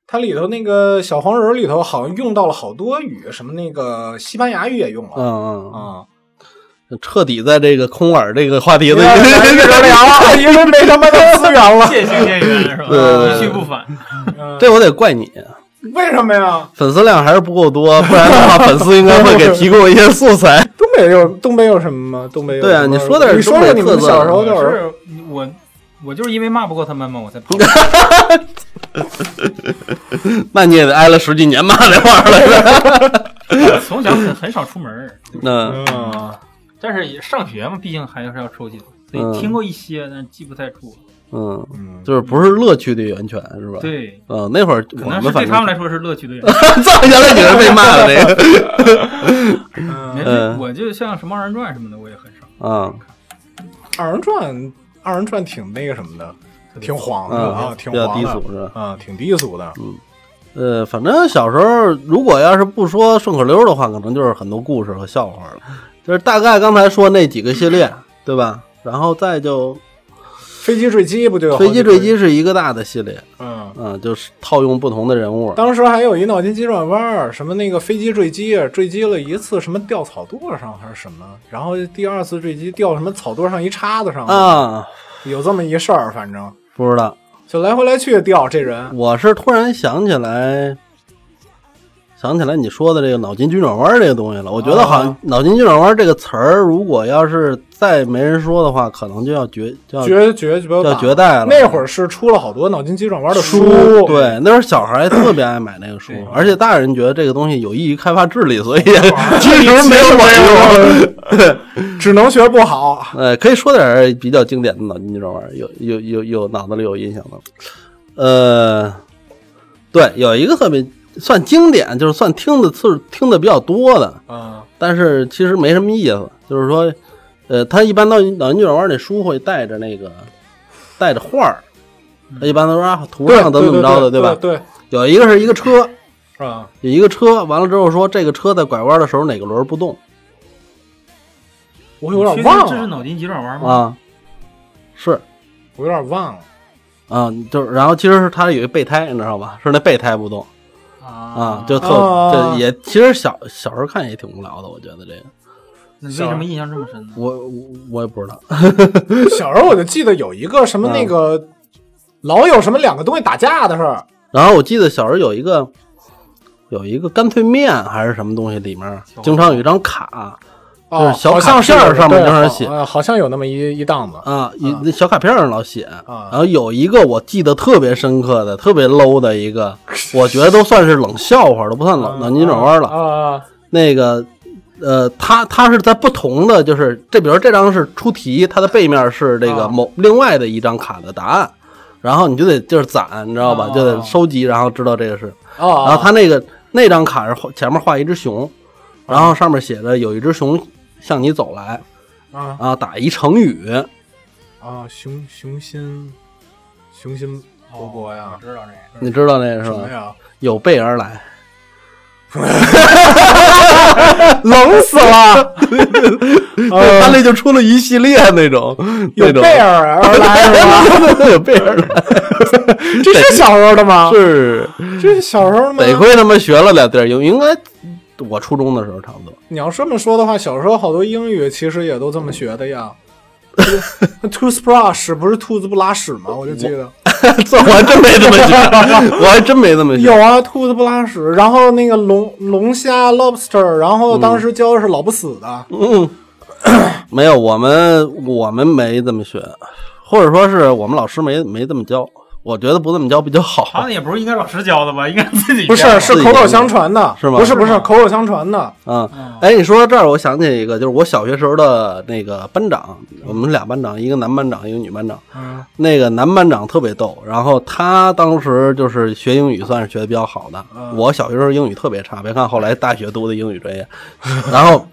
Speaker 4: 它里头那个小黄人里头好像用到了好多语，什么那个西班牙语也用 [laughs] 了
Speaker 2: 嗯嗯，
Speaker 4: 啊。
Speaker 2: 彻底在这个空耳这个话题
Speaker 4: 别
Speaker 2: 的 [laughs]
Speaker 4: 的一直聊了，因为没什么的资源了。
Speaker 3: 渐行渐远是吧？一去不返。
Speaker 4: 嗯
Speaker 2: 这我得怪你，
Speaker 4: [laughs] 为什么呀？
Speaker 2: 粉丝量还是不够多，不然的
Speaker 4: [laughs]
Speaker 2: 话，粉丝应该会给提供一些素材。
Speaker 4: 东北有东北有什么吗？东北有
Speaker 2: 对啊
Speaker 4: 什么
Speaker 2: 你说的是
Speaker 4: 你说
Speaker 2: 东
Speaker 4: 说
Speaker 2: 北
Speaker 4: 你们
Speaker 2: 特色
Speaker 4: 小时候都是
Speaker 3: 是我，我就是因为骂不过他们嘛，我才跑。
Speaker 2: 那你也得挨了十几年骂这话
Speaker 4: [laughs]
Speaker 2: 了。
Speaker 3: 我从小很很少出门儿，
Speaker 2: 那
Speaker 4: 嗯，
Speaker 3: 但是也上学嘛，毕竟还是要抽筋，所
Speaker 2: 嗯
Speaker 3: 以听过一些，但是记不太住。
Speaker 2: 嗯，
Speaker 4: 嗯
Speaker 2: 就是不是乐趣的源泉是吧？，
Speaker 3: 对，
Speaker 2: 嗯，那会儿
Speaker 3: 可
Speaker 2: 我
Speaker 3: 能
Speaker 2: 们
Speaker 3: 是对
Speaker 2: 反
Speaker 3: 他
Speaker 2: 正
Speaker 3: 们来说是乐趣的
Speaker 2: [laughs]
Speaker 3: 源
Speaker 2: 造原来你是被骂的这
Speaker 4: [laughs]
Speaker 2: 个，
Speaker 3: 没事，我就像什么二人转什么的，我也很少。
Speaker 2: 嗯，
Speaker 4: 二人转，二人转挺那个什么的，挺黄的
Speaker 2: 嗯
Speaker 4: 啊，挺
Speaker 2: 比较
Speaker 4: 黄
Speaker 2: 低
Speaker 4: 的
Speaker 2: 俗是吧
Speaker 4: 啊，挺低俗的。
Speaker 2: 呃，反正小时候如果要是不说顺口溜的话，可能就是很多故事和笑话了。就是大概刚才说那几个系列，对吧？然后再就
Speaker 4: 飞机坠机不就有好
Speaker 2: 飞
Speaker 4: 几
Speaker 2: 机
Speaker 4: 个
Speaker 2: 坠机？是一个大的系列，
Speaker 4: 嗯，
Speaker 2: 嗯、就是套用不同的人物。
Speaker 4: 当时还有一脑筋急转弯儿，什么那个飞机坠机，坠机了一次什么掉草垛上还是什么，然后第二次坠机掉什么草垛上一叉子上，
Speaker 2: 啊，
Speaker 4: 有这么一事儿，反正
Speaker 2: 不知道，
Speaker 4: 就来回来去掉这人。
Speaker 2: 我是突然想起来，想起来你说的这个脑筋急转弯这个东西了。我觉得好像
Speaker 4: 啊
Speaker 2: “脑筋急转弯”这个词儿，如果要是再没人说的话，可能就要绝叫
Speaker 4: 绝绝绝
Speaker 2: 叫
Speaker 4: 版
Speaker 2: 绝代了。
Speaker 4: 那会儿是出了好多脑筋急转弯的
Speaker 2: 书，对，那会儿小孩儿特别爱买那个书
Speaker 3: 对，
Speaker 2: 而且大人觉得这个东西有益于开发智力，所以 [laughs]
Speaker 4: 玩
Speaker 2: 其实没有卵用。
Speaker 4: 只能学不好。
Speaker 2: [laughs] 呃，可以说点儿比较经典的脑筋急转弯儿，有有有有脑子里有印象的。呃，对，有一个特别算经典，就是算听的次数听的比较多的，
Speaker 4: 嗯
Speaker 2: 但是其实没什么意思。就是说，呃，他一般到脑筋急转弯儿那书会带着那个带着画儿，他一般都说啊图
Speaker 4: 对，
Speaker 2: 上怎么怎么着的，
Speaker 4: 对
Speaker 2: 吧？
Speaker 4: 对，对
Speaker 2: 有一个是一个车，
Speaker 4: 是吧？
Speaker 2: 有一个车，完了之后说这个车在拐弯的时候哪个轮儿不动
Speaker 4: 我有
Speaker 3: 其
Speaker 4: 点
Speaker 3: 实这是
Speaker 4: 忘了，
Speaker 3: 脑筋急转弯吗？
Speaker 2: 啊？是
Speaker 4: 我有点忘了。
Speaker 2: 啊，就是然后其实是它有一备胎，你知道吧？是那备胎不动啊
Speaker 3: 啊，
Speaker 2: 就特
Speaker 4: 啊
Speaker 2: 这也其实小小时候看也挺无聊的，我觉得这个
Speaker 3: 那为什么印象这么深呢？
Speaker 2: 我我我也不知道，
Speaker 4: 小时候我就记得有一个什
Speaker 2: 啊
Speaker 4: 么那个，老有什么两个东西打架的事儿，
Speaker 2: 然后我记得小时候有一个有一个干脆面还是什么东西，里面经常有一张卡
Speaker 4: 哦
Speaker 2: 就是小
Speaker 4: 好像
Speaker 2: 卡片儿
Speaker 4: 是
Speaker 2: 上面
Speaker 4: 对
Speaker 2: 经常
Speaker 4: 好
Speaker 2: 写
Speaker 4: 呃好像有那么一一档子。
Speaker 2: 啊，一那小卡片上老写，
Speaker 4: 啊
Speaker 2: 然后有一个我记得特别深刻的、特别 low 的一个，我觉得都算是冷笑话了，都不算冷脑筋急转弯了。
Speaker 4: 啊
Speaker 2: 那个，呃，它它是在不同的，就是这，比如这张是出题，它的背面是这个
Speaker 4: 啊
Speaker 2: 某另外的一张卡的答案，然后你就得就是攒，你知道吧？
Speaker 4: 哦
Speaker 2: 就得收集，然后知道这个是。
Speaker 4: 啊啊！
Speaker 2: 然后它那个那张卡是画前面画一只熊，然后上面写着有一只熊向你走来，
Speaker 4: 啊
Speaker 2: 然后打一成语，
Speaker 4: 啊，雄雄心雄心勃勃
Speaker 3: 哦我
Speaker 4: 呀，
Speaker 3: 知道这个。
Speaker 2: 你知道那个是
Speaker 4: 什
Speaker 2: 吧？
Speaker 4: 么呀？
Speaker 2: 有备而
Speaker 4: [laughs]
Speaker 2: 来，
Speaker 4: 冷死了！
Speaker 2: 他
Speaker 4: 呃，
Speaker 2: 那就出了一系列那种那
Speaker 4: 有
Speaker 2: 种
Speaker 4: 备
Speaker 2: [laughs]
Speaker 4: 而 [laughs] 而来是吧？
Speaker 2: 有备而来，
Speaker 4: 这是小时候的吗？
Speaker 2: 是
Speaker 4: 这是小时候的吗？
Speaker 2: 得亏他妈学了两地儿，有应该我初中的时候差不多。
Speaker 4: 你要这么说的话，小时候好多英语其实也都这么学的
Speaker 2: [laughs]
Speaker 4: 呀。那 toothbrush 不是兔子不拉屎吗？我就记得
Speaker 2: 这 [laughs] 我还真没这么学，我还真没这么学
Speaker 4: 有。啊，兔子不拉屎。然后那个龙龙虾 lobster，然后当时教的是老不死的。
Speaker 2: 嗯，没有，我们我们没这么学，或者说是我们老师没没这么教。我觉得不这么教比较
Speaker 3: 他
Speaker 2: 好
Speaker 3: 那也不是应该老师教的吧？ [laughs] 应该自己
Speaker 4: 不
Speaker 3: 教
Speaker 4: 是，
Speaker 3: 的
Speaker 4: 是口口相传的，
Speaker 2: 是吗
Speaker 4: 不是不
Speaker 3: 是
Speaker 4: 是
Speaker 3: 吗
Speaker 4: 口口相传的。
Speaker 2: 啊
Speaker 4: 哦
Speaker 3: 嗯。
Speaker 2: 哎，你说到这儿，我想起一个，就是我小学时候的那个班长，我们俩班长，一个男班长，一个女班长。
Speaker 4: 嗯
Speaker 2: 那个男班长特别逗，然后他当时就是学英语算是学的比较好的。
Speaker 4: 嗯
Speaker 2: 我小学时候英语特别差，别看后来大学读的英语专业。然后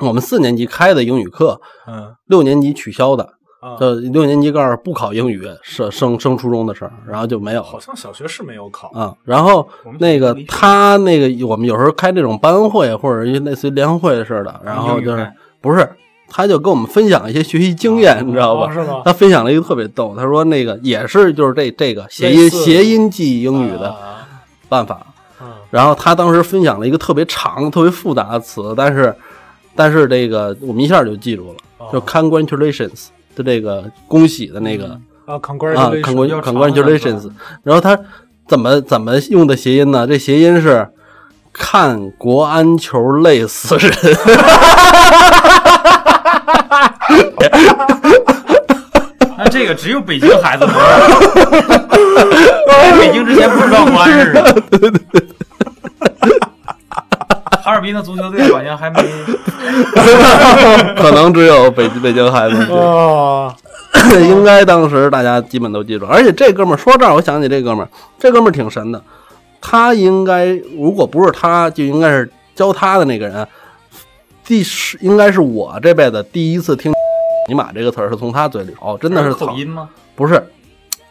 Speaker 2: 我们四年级开的英语课，
Speaker 4: 嗯
Speaker 2: 六年级取消的。
Speaker 4: 啊，
Speaker 2: 呃，六年级告诉不考英语，是升升初中的事儿，然后就没有了
Speaker 4: 好像小学是没有考。
Speaker 2: 啊、然后那个他那个我们有时候开这种班会或者一类似于联欢会似的，然后就
Speaker 3: 英语
Speaker 2: 是
Speaker 3: 班
Speaker 2: 不是他就跟我们分享一些学习经验，你知道吧？
Speaker 4: 哦是吗
Speaker 2: 他分享了一个特别逗，他说那个也是就是这这个谐
Speaker 4: 类
Speaker 2: 音
Speaker 4: 似
Speaker 2: 谐音记忆英语的，
Speaker 4: 啊
Speaker 2: 办法。
Speaker 4: 嗯
Speaker 2: 然后他当时分享了一个特别长、特别复杂的词，但是但是这个我们一下就记住了，
Speaker 4: 哦
Speaker 2: 就 congratulations 就这个恭喜的那个
Speaker 4: 啊
Speaker 2: 啊
Speaker 4: ，congratulations，
Speaker 2: ，congr-
Speaker 4: 要长了是
Speaker 2: congratulations
Speaker 4: 吧。
Speaker 2: 然后他怎么怎么用的谐音呢？这谐音是看国安球累死
Speaker 4: [laughs]
Speaker 2: 人。
Speaker 3: 那这个只有北京孩子能玩
Speaker 4: [laughs]
Speaker 3: 儿。来北京之前不知道国安是什么。哈尔滨的足球队好像还没
Speaker 2: 可能只有北北京孩子
Speaker 4: 哦，
Speaker 2: 对， [laughs] 应该当时大家基本都记住。而且这哥们儿说这儿，我想起这哥们儿，这哥们儿挺神的。他应该如果不是他，就应该是教他的那个人。第十应该是我这辈子第一次听 [laughs] “尼玛”这个词儿是从他嘴里哦，真的是
Speaker 3: 口
Speaker 2: 草
Speaker 3: 音吗？
Speaker 2: 不是，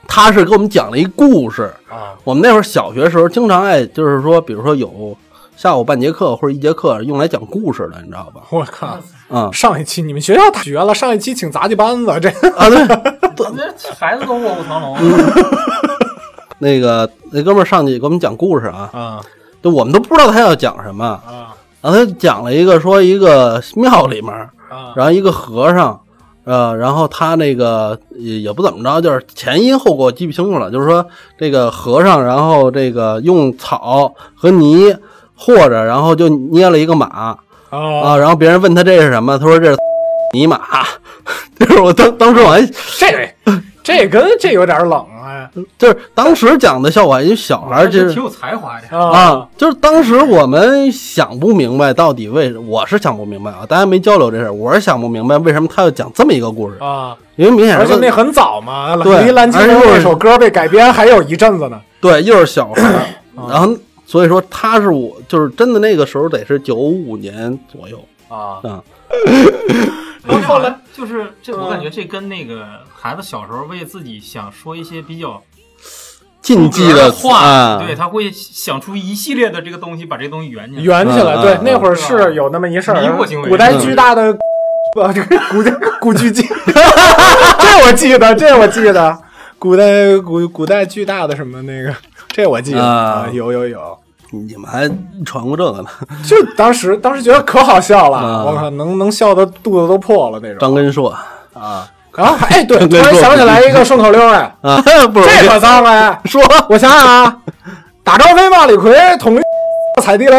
Speaker 2: 他是给我们讲了一故事。
Speaker 4: 啊，
Speaker 2: 我们那会儿小学时候经常爱，就是说，比如说有下午半节课或者一节课用来讲故事的，你知道吧？
Speaker 4: 我靠！
Speaker 2: 嗯
Speaker 4: 上一期你们学校太绝了，上一期请杂技班子，这
Speaker 2: 啊，对，
Speaker 3: 我们这孩子都卧虎藏龙。
Speaker 2: 那个那哥们儿上去给我们讲故事啊，
Speaker 4: [laughs] 啊
Speaker 2: 就我们都不知道他要讲什么，
Speaker 4: 啊
Speaker 2: 然后他就讲了一个说一个庙里面，
Speaker 4: 啊
Speaker 2: 然后一个和尚，呃，然后他那个也也不怎么着，就是前因后果记不清楚了，就是说这个和尚，然后这个用草和泥和着，然后就捏了一个马啊、
Speaker 4: 啊！
Speaker 2: 然后别人问他这是什么，他说这是泥马， [laughs] 就是我当当时我还
Speaker 4: 这这跟这有点冷啊
Speaker 2: 就是当时讲的效果，因为小孩儿
Speaker 3: 这
Speaker 2: 就是
Speaker 3: 挺有才华的。
Speaker 2: 啊，就是当时我们想不明白到底为什么，我是想不明白啊，大家没交流这事儿，我是想不明白为什么他要讲这么一个故事，
Speaker 4: 啊！
Speaker 2: 因为明显
Speaker 4: 而且
Speaker 2: 是
Speaker 4: 那很早嘛，
Speaker 2: 对
Speaker 4: 离蓝精灵那首歌被改编还有一阵子呢。
Speaker 2: 对，又是小孩儿，
Speaker 4: 啊
Speaker 2: 然后所以说他是我就是真的那个时候得是九五年左右，
Speaker 4: 啊
Speaker 3: 然后后来就是这，我感觉这跟那个孩子小时候为自己想说一些比较
Speaker 2: 禁忌的词
Speaker 3: 话，
Speaker 2: 啊
Speaker 3: 对，他会想出一系列的这个东西，把这东西圆进来。
Speaker 4: 圆起来，
Speaker 2: 啊
Speaker 4: 对
Speaker 2: 啊，
Speaker 4: 那会儿
Speaker 3: 是吧
Speaker 4: 是有那么一事
Speaker 3: 迷惑行
Speaker 4: 儿。
Speaker 3: 为
Speaker 4: 古
Speaker 2: 嗯
Speaker 4: 代巨大的，呃，这个古代古
Speaker 2: [laughs]
Speaker 4: 巨基，这我记得，这我记得，古代古古代巨大的什么那个，这我记得
Speaker 2: 啊
Speaker 4: 啊，有有有，
Speaker 2: 你们还传过这个呢？
Speaker 4: 就当时当时觉得可好笑
Speaker 2: 啊
Speaker 4: 了，我靠，能能笑的肚子都破了那种
Speaker 2: 张根硕
Speaker 4: 啊。然后还哎，对，
Speaker 2: 张
Speaker 4: 突
Speaker 2: 根硕
Speaker 4: 然想起来一个顺口溜儿
Speaker 2: [laughs]
Speaker 4: 哎，
Speaker 2: 啊，不容
Speaker 4: 这
Speaker 2: 易
Speaker 4: 可脏了哎！ [laughs]
Speaker 2: 说，
Speaker 4: 我想想啊，打张飞骂李逵，捅一踩地雷，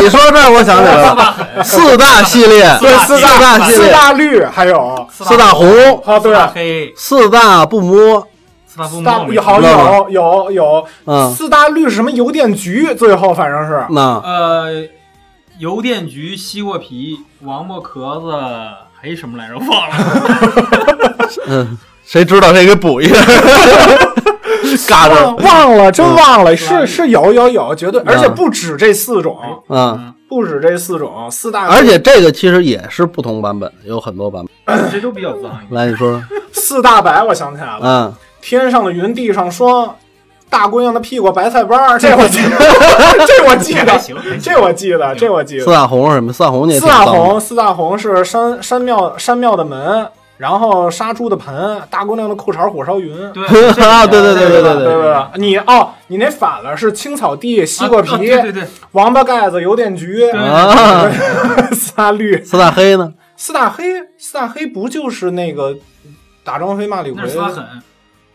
Speaker 2: 你说到这儿我想起来了，四大系列，
Speaker 4: 对，四大
Speaker 2: 系
Speaker 4: 四
Speaker 2: 列，
Speaker 4: 大绿，还有
Speaker 2: 四大红，
Speaker 4: 啊，
Speaker 3: 四
Speaker 4: 对，
Speaker 3: 大黑，
Speaker 2: 四大不摸，
Speaker 3: 四大不
Speaker 4: 大
Speaker 3: 梦，
Speaker 4: 好
Speaker 2: 知道
Speaker 4: 有有有
Speaker 2: 嗯
Speaker 4: 四大绿是什么邮电局？最后反正是
Speaker 2: 那
Speaker 3: 呃，邮电局、西瓜皮、王八壳子，还什么来着？忘了。 [laughs]
Speaker 2: 嗯， [laughs] 谁知道谁给补
Speaker 4: [laughs]
Speaker 2: 一下，嘎
Speaker 4: 忘
Speaker 2: 着，
Speaker 4: 忘了，真忘了，
Speaker 3: 嗯
Speaker 4: 是是有有有，绝对，而且不止这四种，
Speaker 2: 嗯。
Speaker 4: 不止这四种，四大绿
Speaker 2: 而且这个其实也是不同版本，有很多版本。
Speaker 3: 这都比较脏一点。
Speaker 2: 来，你
Speaker 4: [laughs]
Speaker 2: 说说，
Speaker 4: 四大白，我想起来了，
Speaker 2: 嗯，
Speaker 4: 天上的云，地上霜，大姑娘的屁股白菜帮儿，这我
Speaker 2: [laughs]
Speaker 4: 记得， [laughs] 这我记
Speaker 3: 还
Speaker 4: 得，
Speaker 3: 行，还行
Speaker 4: 这我记得，这我记得
Speaker 2: 四。大红是什么？四大红你也
Speaker 4: 四
Speaker 2: 挺
Speaker 4: 大
Speaker 2: 脏的
Speaker 4: 红，四大红是山山庙山庙的门，然后杀猪的盆，大姑娘的裤衩火烧云。
Speaker 3: 对
Speaker 2: 啊对对
Speaker 4: 对
Speaker 2: 对
Speaker 4: 吧
Speaker 2: 对
Speaker 4: 对吧你哦，你那反了是青草地、西瓜皮、
Speaker 3: 啊对对对，
Speaker 4: 王八盖子、邮电局、 [laughs]
Speaker 2: 啊。
Speaker 4: 四大绿、
Speaker 2: 四大黑呢？
Speaker 4: 四大黑、四大黑不就是那个打张飞骂李逵
Speaker 3: 那是？四大狠，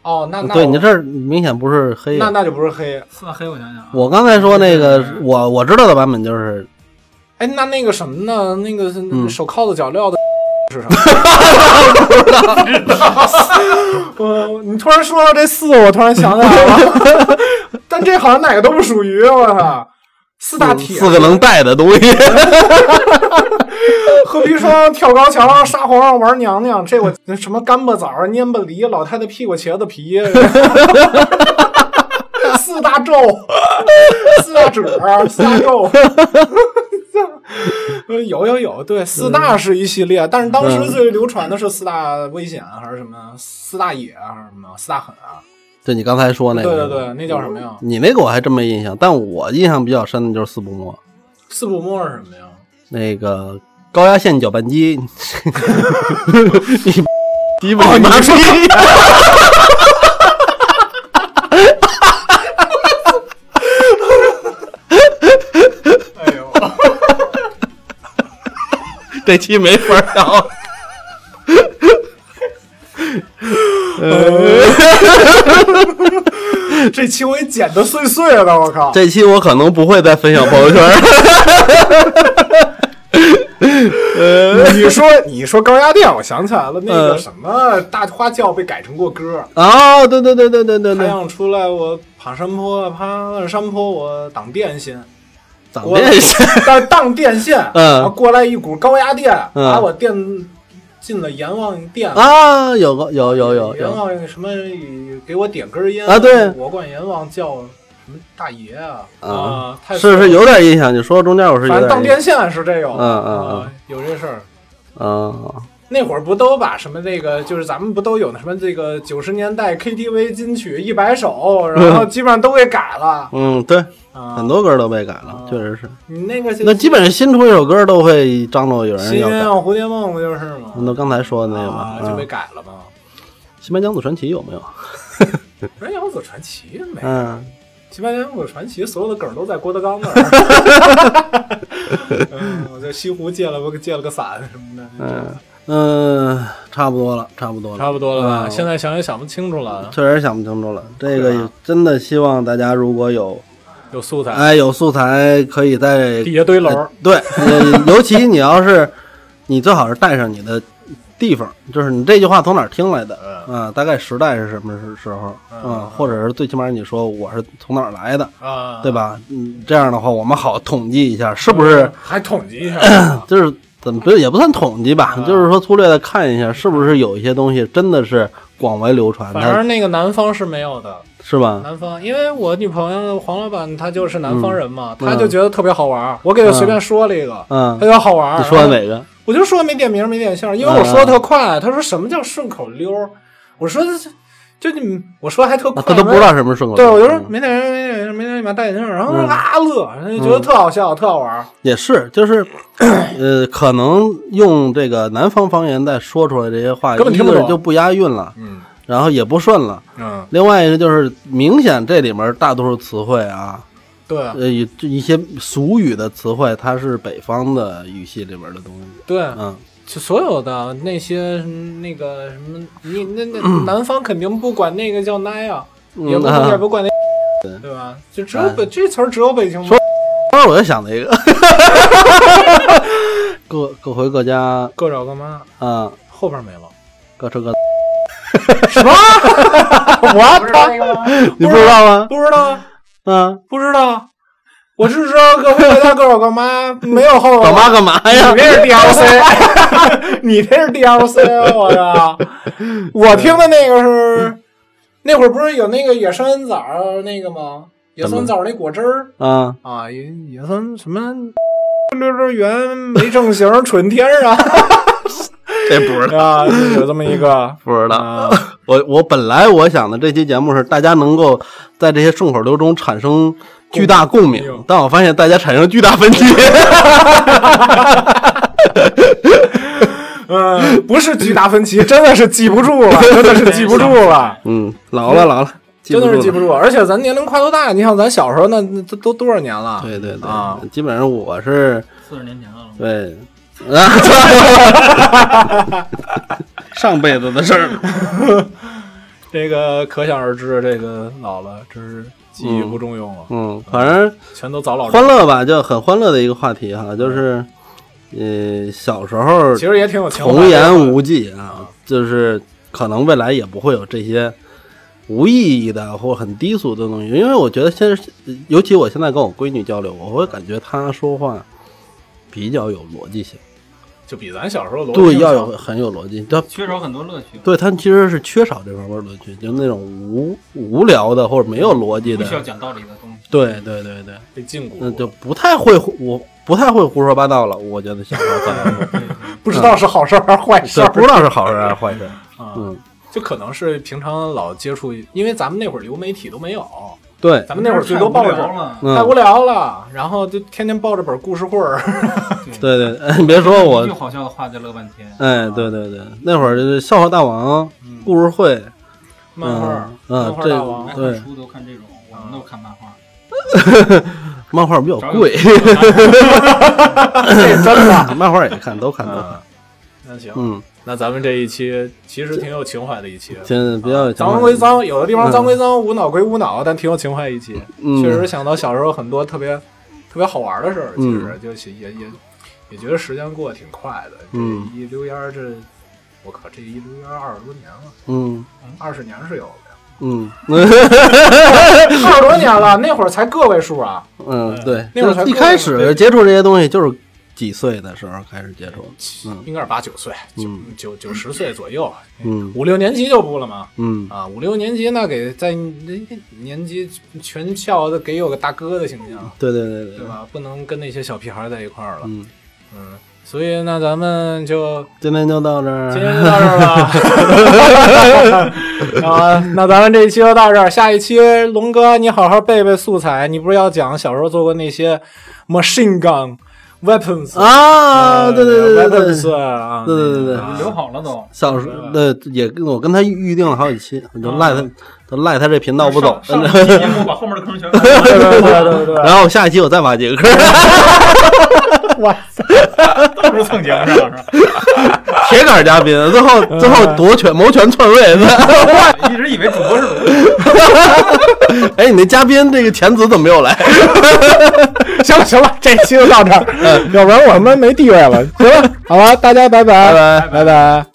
Speaker 4: 哦，那那
Speaker 2: 对你
Speaker 4: 我
Speaker 2: 这儿明显不是黑
Speaker 4: 那
Speaker 2: 呀。
Speaker 4: 那就不是黑。
Speaker 3: 四大黑，我想想啊，
Speaker 2: 我刚才说那个，我我知道的版本就是
Speaker 4: 哎，那那个什么呢？那个是
Speaker 2: 嗯
Speaker 4: 手铐子
Speaker 2: [laughs]
Speaker 4: 脚镣的是什么？ [laughs] 不知道。我你突然说到这四，我突然想起来了， [laughs] 但这好像哪个都不属于我操。四大啊
Speaker 2: 嗯
Speaker 4: 铁，
Speaker 2: 四个能带的东西。
Speaker 4: [laughs] 喝砒霜、跳高桥、杀皇上、玩娘娘，这我什么干巴枣、蔫巴梨、老太太屁股茄子皮，四大咒、四大褶、四大咒。 [laughs] 有有有，对，四大是一系列，但是当时最流传的是四大危险啊还是什么四大野还是什么四大狠啊？
Speaker 2: 对你刚才说那
Speaker 4: 对
Speaker 2: 个，
Speaker 4: 对对，那叫什么呀？
Speaker 2: 你那个我还真没印象，但我印象比较深的就是四不摸，
Speaker 4: 四不摸是什么呀？ [laughs]
Speaker 2: 那个高压线搅拌 [laughs] 机，你你不
Speaker 4: 哦你
Speaker 2: 拿出来。
Speaker 4: 哎
Speaker 2: [laughs] 这期没法聊。
Speaker 4: 这期我也剪的碎碎的，我靠！
Speaker 2: 这期我可能不会再分享朋友圈 [laughs] 了。
Speaker 4: [laughs]
Speaker 2: [laughs]
Speaker 4: 你说你说高压电，我想起来了，那个
Speaker 2: 嗯
Speaker 4: 什么大花轿被改成过歌，
Speaker 2: 哦，对对对对对对
Speaker 4: 太
Speaker 2: 对，
Speaker 4: 阳出来我爬山坡，爬山坡我挡电线，
Speaker 2: 长电线，
Speaker 4: [laughs] 但当电线，
Speaker 2: [laughs] 嗯
Speaker 4: 然后过来一股高压电，
Speaker 2: 嗯
Speaker 4: 把我电进了阎王殿。
Speaker 2: 啊，有个有有有
Speaker 4: 阎
Speaker 2: 有，
Speaker 4: 王什么给我点根烟
Speaker 2: 啊对
Speaker 4: 我管阎王叫什么大爷啊
Speaker 2: 啊
Speaker 4: 太
Speaker 2: 是是有点印象。你说中间我是
Speaker 4: 反
Speaker 2: 有
Speaker 4: 正当
Speaker 2: 点印象，
Speaker 4: 电线是这有，
Speaker 2: 嗯嗯嗯
Speaker 4: 啊有这事儿。
Speaker 2: 嗯，
Speaker 4: 那会儿不都把什么那个，就是咱们不都有那什么这个九十年代 KTV 金曲一
Speaker 2: [laughs]
Speaker 4: 百首，然后基本上都给改了，
Speaker 2: 嗯，对，
Speaker 4: 啊
Speaker 2: 很多歌都被改了
Speaker 4: 啊，
Speaker 2: 确实是。
Speaker 4: 你那个
Speaker 2: 那基本上新出一首歌都会张罗有人
Speaker 4: 新
Speaker 2: 要
Speaker 4: 鸳
Speaker 2: 改，
Speaker 4: 鸯蝴蝶梦不就是吗？
Speaker 2: 那刚才说的那个嘛
Speaker 4: 啊，就被
Speaker 2: 嗯
Speaker 4: 改了嘛。
Speaker 2: 新白娘子传奇有没有？
Speaker 4: 《鸳鸯子传奇》没，《
Speaker 2: 嗯，
Speaker 4: 新白娘子传奇》所有的梗儿都在郭德纲那
Speaker 2: [laughs]
Speaker 4: 儿。嗯，我在西湖借了个借了个伞什么的。
Speaker 2: 嗯嗯，差不多了，差不多了，
Speaker 1: 差不多了吧？
Speaker 2: 嗯
Speaker 1: 现在想也想不清楚了，
Speaker 2: 确实想不清楚了。这
Speaker 1: 是
Speaker 2: 个
Speaker 1: 吧
Speaker 2: 真的希望大家如果有
Speaker 1: 有素材，
Speaker 2: 哎有素材，可以在
Speaker 1: 底下堆楼，
Speaker 2: 对，呃尤其你要是你最好是带上你的地方，就是你这句话从哪儿听来的
Speaker 4: 嗯
Speaker 2: 啊、大概时代是什么时时候啊、或者是最起码你说我是从哪儿来的，
Speaker 4: 啊，
Speaker 2: 对吧？嗯，这样的话我们好统计一下是不是
Speaker 4: 还统计一
Speaker 1: [coughs]
Speaker 2: 嗯
Speaker 1: 嗯
Speaker 4: 下，
Speaker 2: 就是怎么不也不算统计吧，就是说粗略的看一下，是不是有一些东西真的是广为流传
Speaker 1: 反
Speaker 2: 的，
Speaker 1: 正那个南方是没有的，
Speaker 2: 是吧？
Speaker 1: 南方，因为我女朋友黄老板她就是南方人嘛，
Speaker 2: 嗯
Speaker 1: 她就觉得特别好玩儿。我给她随便说了一个，
Speaker 2: 嗯
Speaker 1: 她，觉得好玩儿。
Speaker 2: 你说的
Speaker 1: 然后
Speaker 2: 哪个？
Speaker 1: 我就说没点名没点姓儿，因为我说的特快。她说什么叫顺口溜儿？我说这就你，我说还特快
Speaker 2: 啊，他都不知。道什么顺口
Speaker 1: 对，
Speaker 2: 溜。
Speaker 1: 我就说
Speaker 2: 嗯
Speaker 1: 没点名没点名没点名，戴眼镜儿，然后
Speaker 2: 嗯
Speaker 1: 啊乐，她就觉得特好笑，特好玩儿。
Speaker 2: 也是，就是， [clears throat] 呃，可能用这个南方方言再说出来这些话，
Speaker 1: 根本听不
Speaker 2: 一个
Speaker 1: 懂
Speaker 2: 是就不押韵了，
Speaker 1: 嗯
Speaker 2: 然后也不顺了。
Speaker 1: 嗯，
Speaker 2: 另外一个就是，明显这里面大多数词汇啊，
Speaker 1: 对
Speaker 2: 呃，一一些俗语的词汇，它是北方的语系里边的东西。
Speaker 1: 对，
Speaker 4: 啊
Speaker 2: 嗯，
Speaker 1: 就所有的那些嗯那个什么，你那
Speaker 2: [clears throat]
Speaker 1: 那南方肯定不管那个叫奶啊，也不
Speaker 2: 嗯
Speaker 1: 也
Speaker 2: [laughs]
Speaker 1: 不管那，
Speaker 2: 对
Speaker 1: 对吧？就只有北这词儿只有北京
Speaker 2: 说后来我又想了一个， [laughs] 各各回各家
Speaker 1: 各找各妈，
Speaker 2: 啊，
Speaker 1: 后边没了。
Speaker 2: 各吃各， [laughs]
Speaker 1: 我操，
Speaker 2: 你不知道吗？
Speaker 1: 不知道
Speaker 2: 啊，
Speaker 1: 不知道，我只知道各回家各找各妈，没有
Speaker 2: [laughs]
Speaker 1: 后边
Speaker 2: 干。嘛干嘛呀
Speaker 1: 你？这是 DLC，你这是 DLC，我操！我听的那个是，那会儿不是有那个野生枣儿那个吗？野生枣儿那果汁儿，
Speaker 2: [laughs] 啊，
Speaker 1: 啊，也也算什么溜溜圆没正形儿 [laughs] 蠢天儿啊
Speaker 2: 这不知道，
Speaker 1: 啊，有这么一个
Speaker 2: 不知道。
Speaker 1: 啊，
Speaker 2: 我我本来我想的这期节目是大家能够在这些顺口溜中产生巨大共鸣，但我发现大家产生巨大分歧。
Speaker 1: 嗯，不是巨达芬奇，真的是记不住 [laughs] 了，真的是记不住了，
Speaker 2: 嗯，老了老了，
Speaker 1: 真的是记
Speaker 2: 住
Speaker 1: 不
Speaker 2: 了。
Speaker 1: 住，而且咱年龄跨度大，你像咱小时候那那都都多少年了？
Speaker 2: 对对对，
Speaker 1: 啊
Speaker 2: 基本上我是
Speaker 3: 四十年前了，
Speaker 1: [laughs]
Speaker 2: 对啊，上辈子的
Speaker 1: [laughs]
Speaker 2: 事儿。
Speaker 1: 这个可想而知，这个老了真是记忆不中用了，
Speaker 2: 嗯，反正
Speaker 1: 全都早老
Speaker 2: 欢乐吧，就很欢乐的一个话题哈，就是呃小时候
Speaker 1: 嗯其实也挺有情怀的。
Speaker 2: 童言无忌啊，就是可能未来也不会有这些无意义的或很低俗的东西，因为我觉得现在是，尤其我现在跟我闺女交流，我会感觉她说话比较有逻辑性，
Speaker 1: 就比咱小时候逻辑
Speaker 2: 对，
Speaker 1: 性
Speaker 2: 要
Speaker 1: 强
Speaker 2: 有很有逻辑，她
Speaker 3: 缺少很多乐趣，
Speaker 2: 对她其实是缺少这方面的逻辑，就那种无无聊的或者没有逻辑
Speaker 3: 不需要
Speaker 2: 的，
Speaker 3: 讲道理的东西。
Speaker 2: 对对对对，
Speaker 1: 被禁锢
Speaker 2: 那
Speaker 1: 住，
Speaker 2: 就不太会胡我不太会胡说八道了，我觉得小时候可
Speaker 1: [laughs]
Speaker 2: 能是
Speaker 4: 不知道是好事儿还是坏事
Speaker 2: 对，
Speaker 4: 儿。
Speaker 2: 不知道是好事还是坏事，
Speaker 1: [laughs] 啊
Speaker 2: 嗯，
Speaker 1: 就可能是平常老接触，因为咱们那会儿流媒体都没有，
Speaker 2: 对，
Speaker 1: 咱们那会儿最多报纸。
Speaker 3: 了，
Speaker 1: 太
Speaker 2: 嗯
Speaker 1: 无。聊了，然后就天天抱着本故事会儿，
Speaker 2: 对对，哎你别说我
Speaker 3: 一句好笑的话就乐半天。
Speaker 2: 哎，对对对，那会儿就是笑话大王、故事会、
Speaker 1: 嗯漫画儿、
Speaker 2: 嗯
Speaker 1: 漫画大王
Speaker 2: 嗯
Speaker 3: 买
Speaker 2: 对
Speaker 3: 本书都看这种，我们都看漫画。
Speaker 2: 漫画比较
Speaker 3: 找
Speaker 2: 贵， [laughs]
Speaker 1: 嗯
Speaker 5: 这真
Speaker 1: [laughs]
Speaker 5: 的。
Speaker 2: 漫画也看，都看
Speaker 1: 啊
Speaker 2: 都看。
Speaker 4: 嗯，那行，
Speaker 2: 嗯，
Speaker 4: 那咱们这一期其实挺有情怀的一期，啊
Speaker 2: 现在比较
Speaker 1: 啊
Speaker 2: 有情
Speaker 4: 脏
Speaker 2: 况
Speaker 4: 归，脏，有的地方
Speaker 2: 嗯
Speaker 4: 脏归脏，无脑归无脑，但挺有情怀一期。
Speaker 2: 嗯
Speaker 4: 确实想到小时候很多特别特别好玩的事儿，其
Speaker 2: 嗯
Speaker 4: 实就是也也也觉得时间过得挺快的。这
Speaker 2: 嗯
Speaker 4: 一溜烟儿，这我靠，这一溜烟儿二十多年了，
Speaker 2: 嗯
Speaker 4: 二十年是有的，
Speaker 2: 嗯 [laughs]
Speaker 4: 二十多年了，那会儿才个位数啊，
Speaker 2: 嗯，对，
Speaker 4: 那会儿
Speaker 2: 就
Speaker 4: 才
Speaker 2: 是一
Speaker 4: 过
Speaker 2: 开
Speaker 4: 呢
Speaker 2: 始
Speaker 4: 对
Speaker 2: 接触这些东西就是几岁的时候开始接触，嗯
Speaker 4: 应该是八九岁，九
Speaker 2: 嗯
Speaker 4: 九九十岁左右，啊
Speaker 2: 嗯
Speaker 4: 五六年级就不了嘛。
Speaker 2: 嗯
Speaker 4: 啊，五六年级那给在那年级全校的给有个大哥的形象，
Speaker 2: 对对对
Speaker 4: 对
Speaker 2: 对，
Speaker 4: 吧？不能跟那些小屁孩儿在一块儿了，
Speaker 2: 嗯，
Speaker 4: 嗯。所以那咱们就
Speaker 2: 今天就到这
Speaker 4: 今
Speaker 2: 儿，
Speaker 4: 天就到这儿吧。 [laughs] 啊，那咱们这一期就到这儿，下一期龙哥你好好背背素材，你不是要讲小时候做过那些 machine gun weapons
Speaker 2: 啊，
Speaker 4: 呃
Speaker 2: 对对对对对。
Speaker 4: weapons 啊，
Speaker 2: 对对对对
Speaker 4: 啊
Speaker 3: 留好了都。
Speaker 2: 小时候，对，也跟我跟他预定了好几期，我就赖他，
Speaker 4: 嗯
Speaker 2: 就赖他这频道不走。
Speaker 3: 上上
Speaker 2: [laughs]
Speaker 3: 一期节目把后面的坑全翻了。
Speaker 4: 对对对对对，
Speaker 2: 然后下一期我再挖几个坑，
Speaker 3: 到处蹭节目上了
Speaker 2: [laughs] 铁杆嘉宾，最后最后夺权谋权篡
Speaker 4: [laughs]
Speaker 2: 位。
Speaker 3: 是吧？一直以为主播是主播，
Speaker 2: [laughs] 哎，你那嘉宾这个钱子怎么没有来？
Speaker 5: [laughs] 行了行了，这
Speaker 2: 嗯
Speaker 5: 期就到这儿，要不然我们没地位了。行了，好吧，大家拜拜
Speaker 2: 拜
Speaker 5: 拜拜。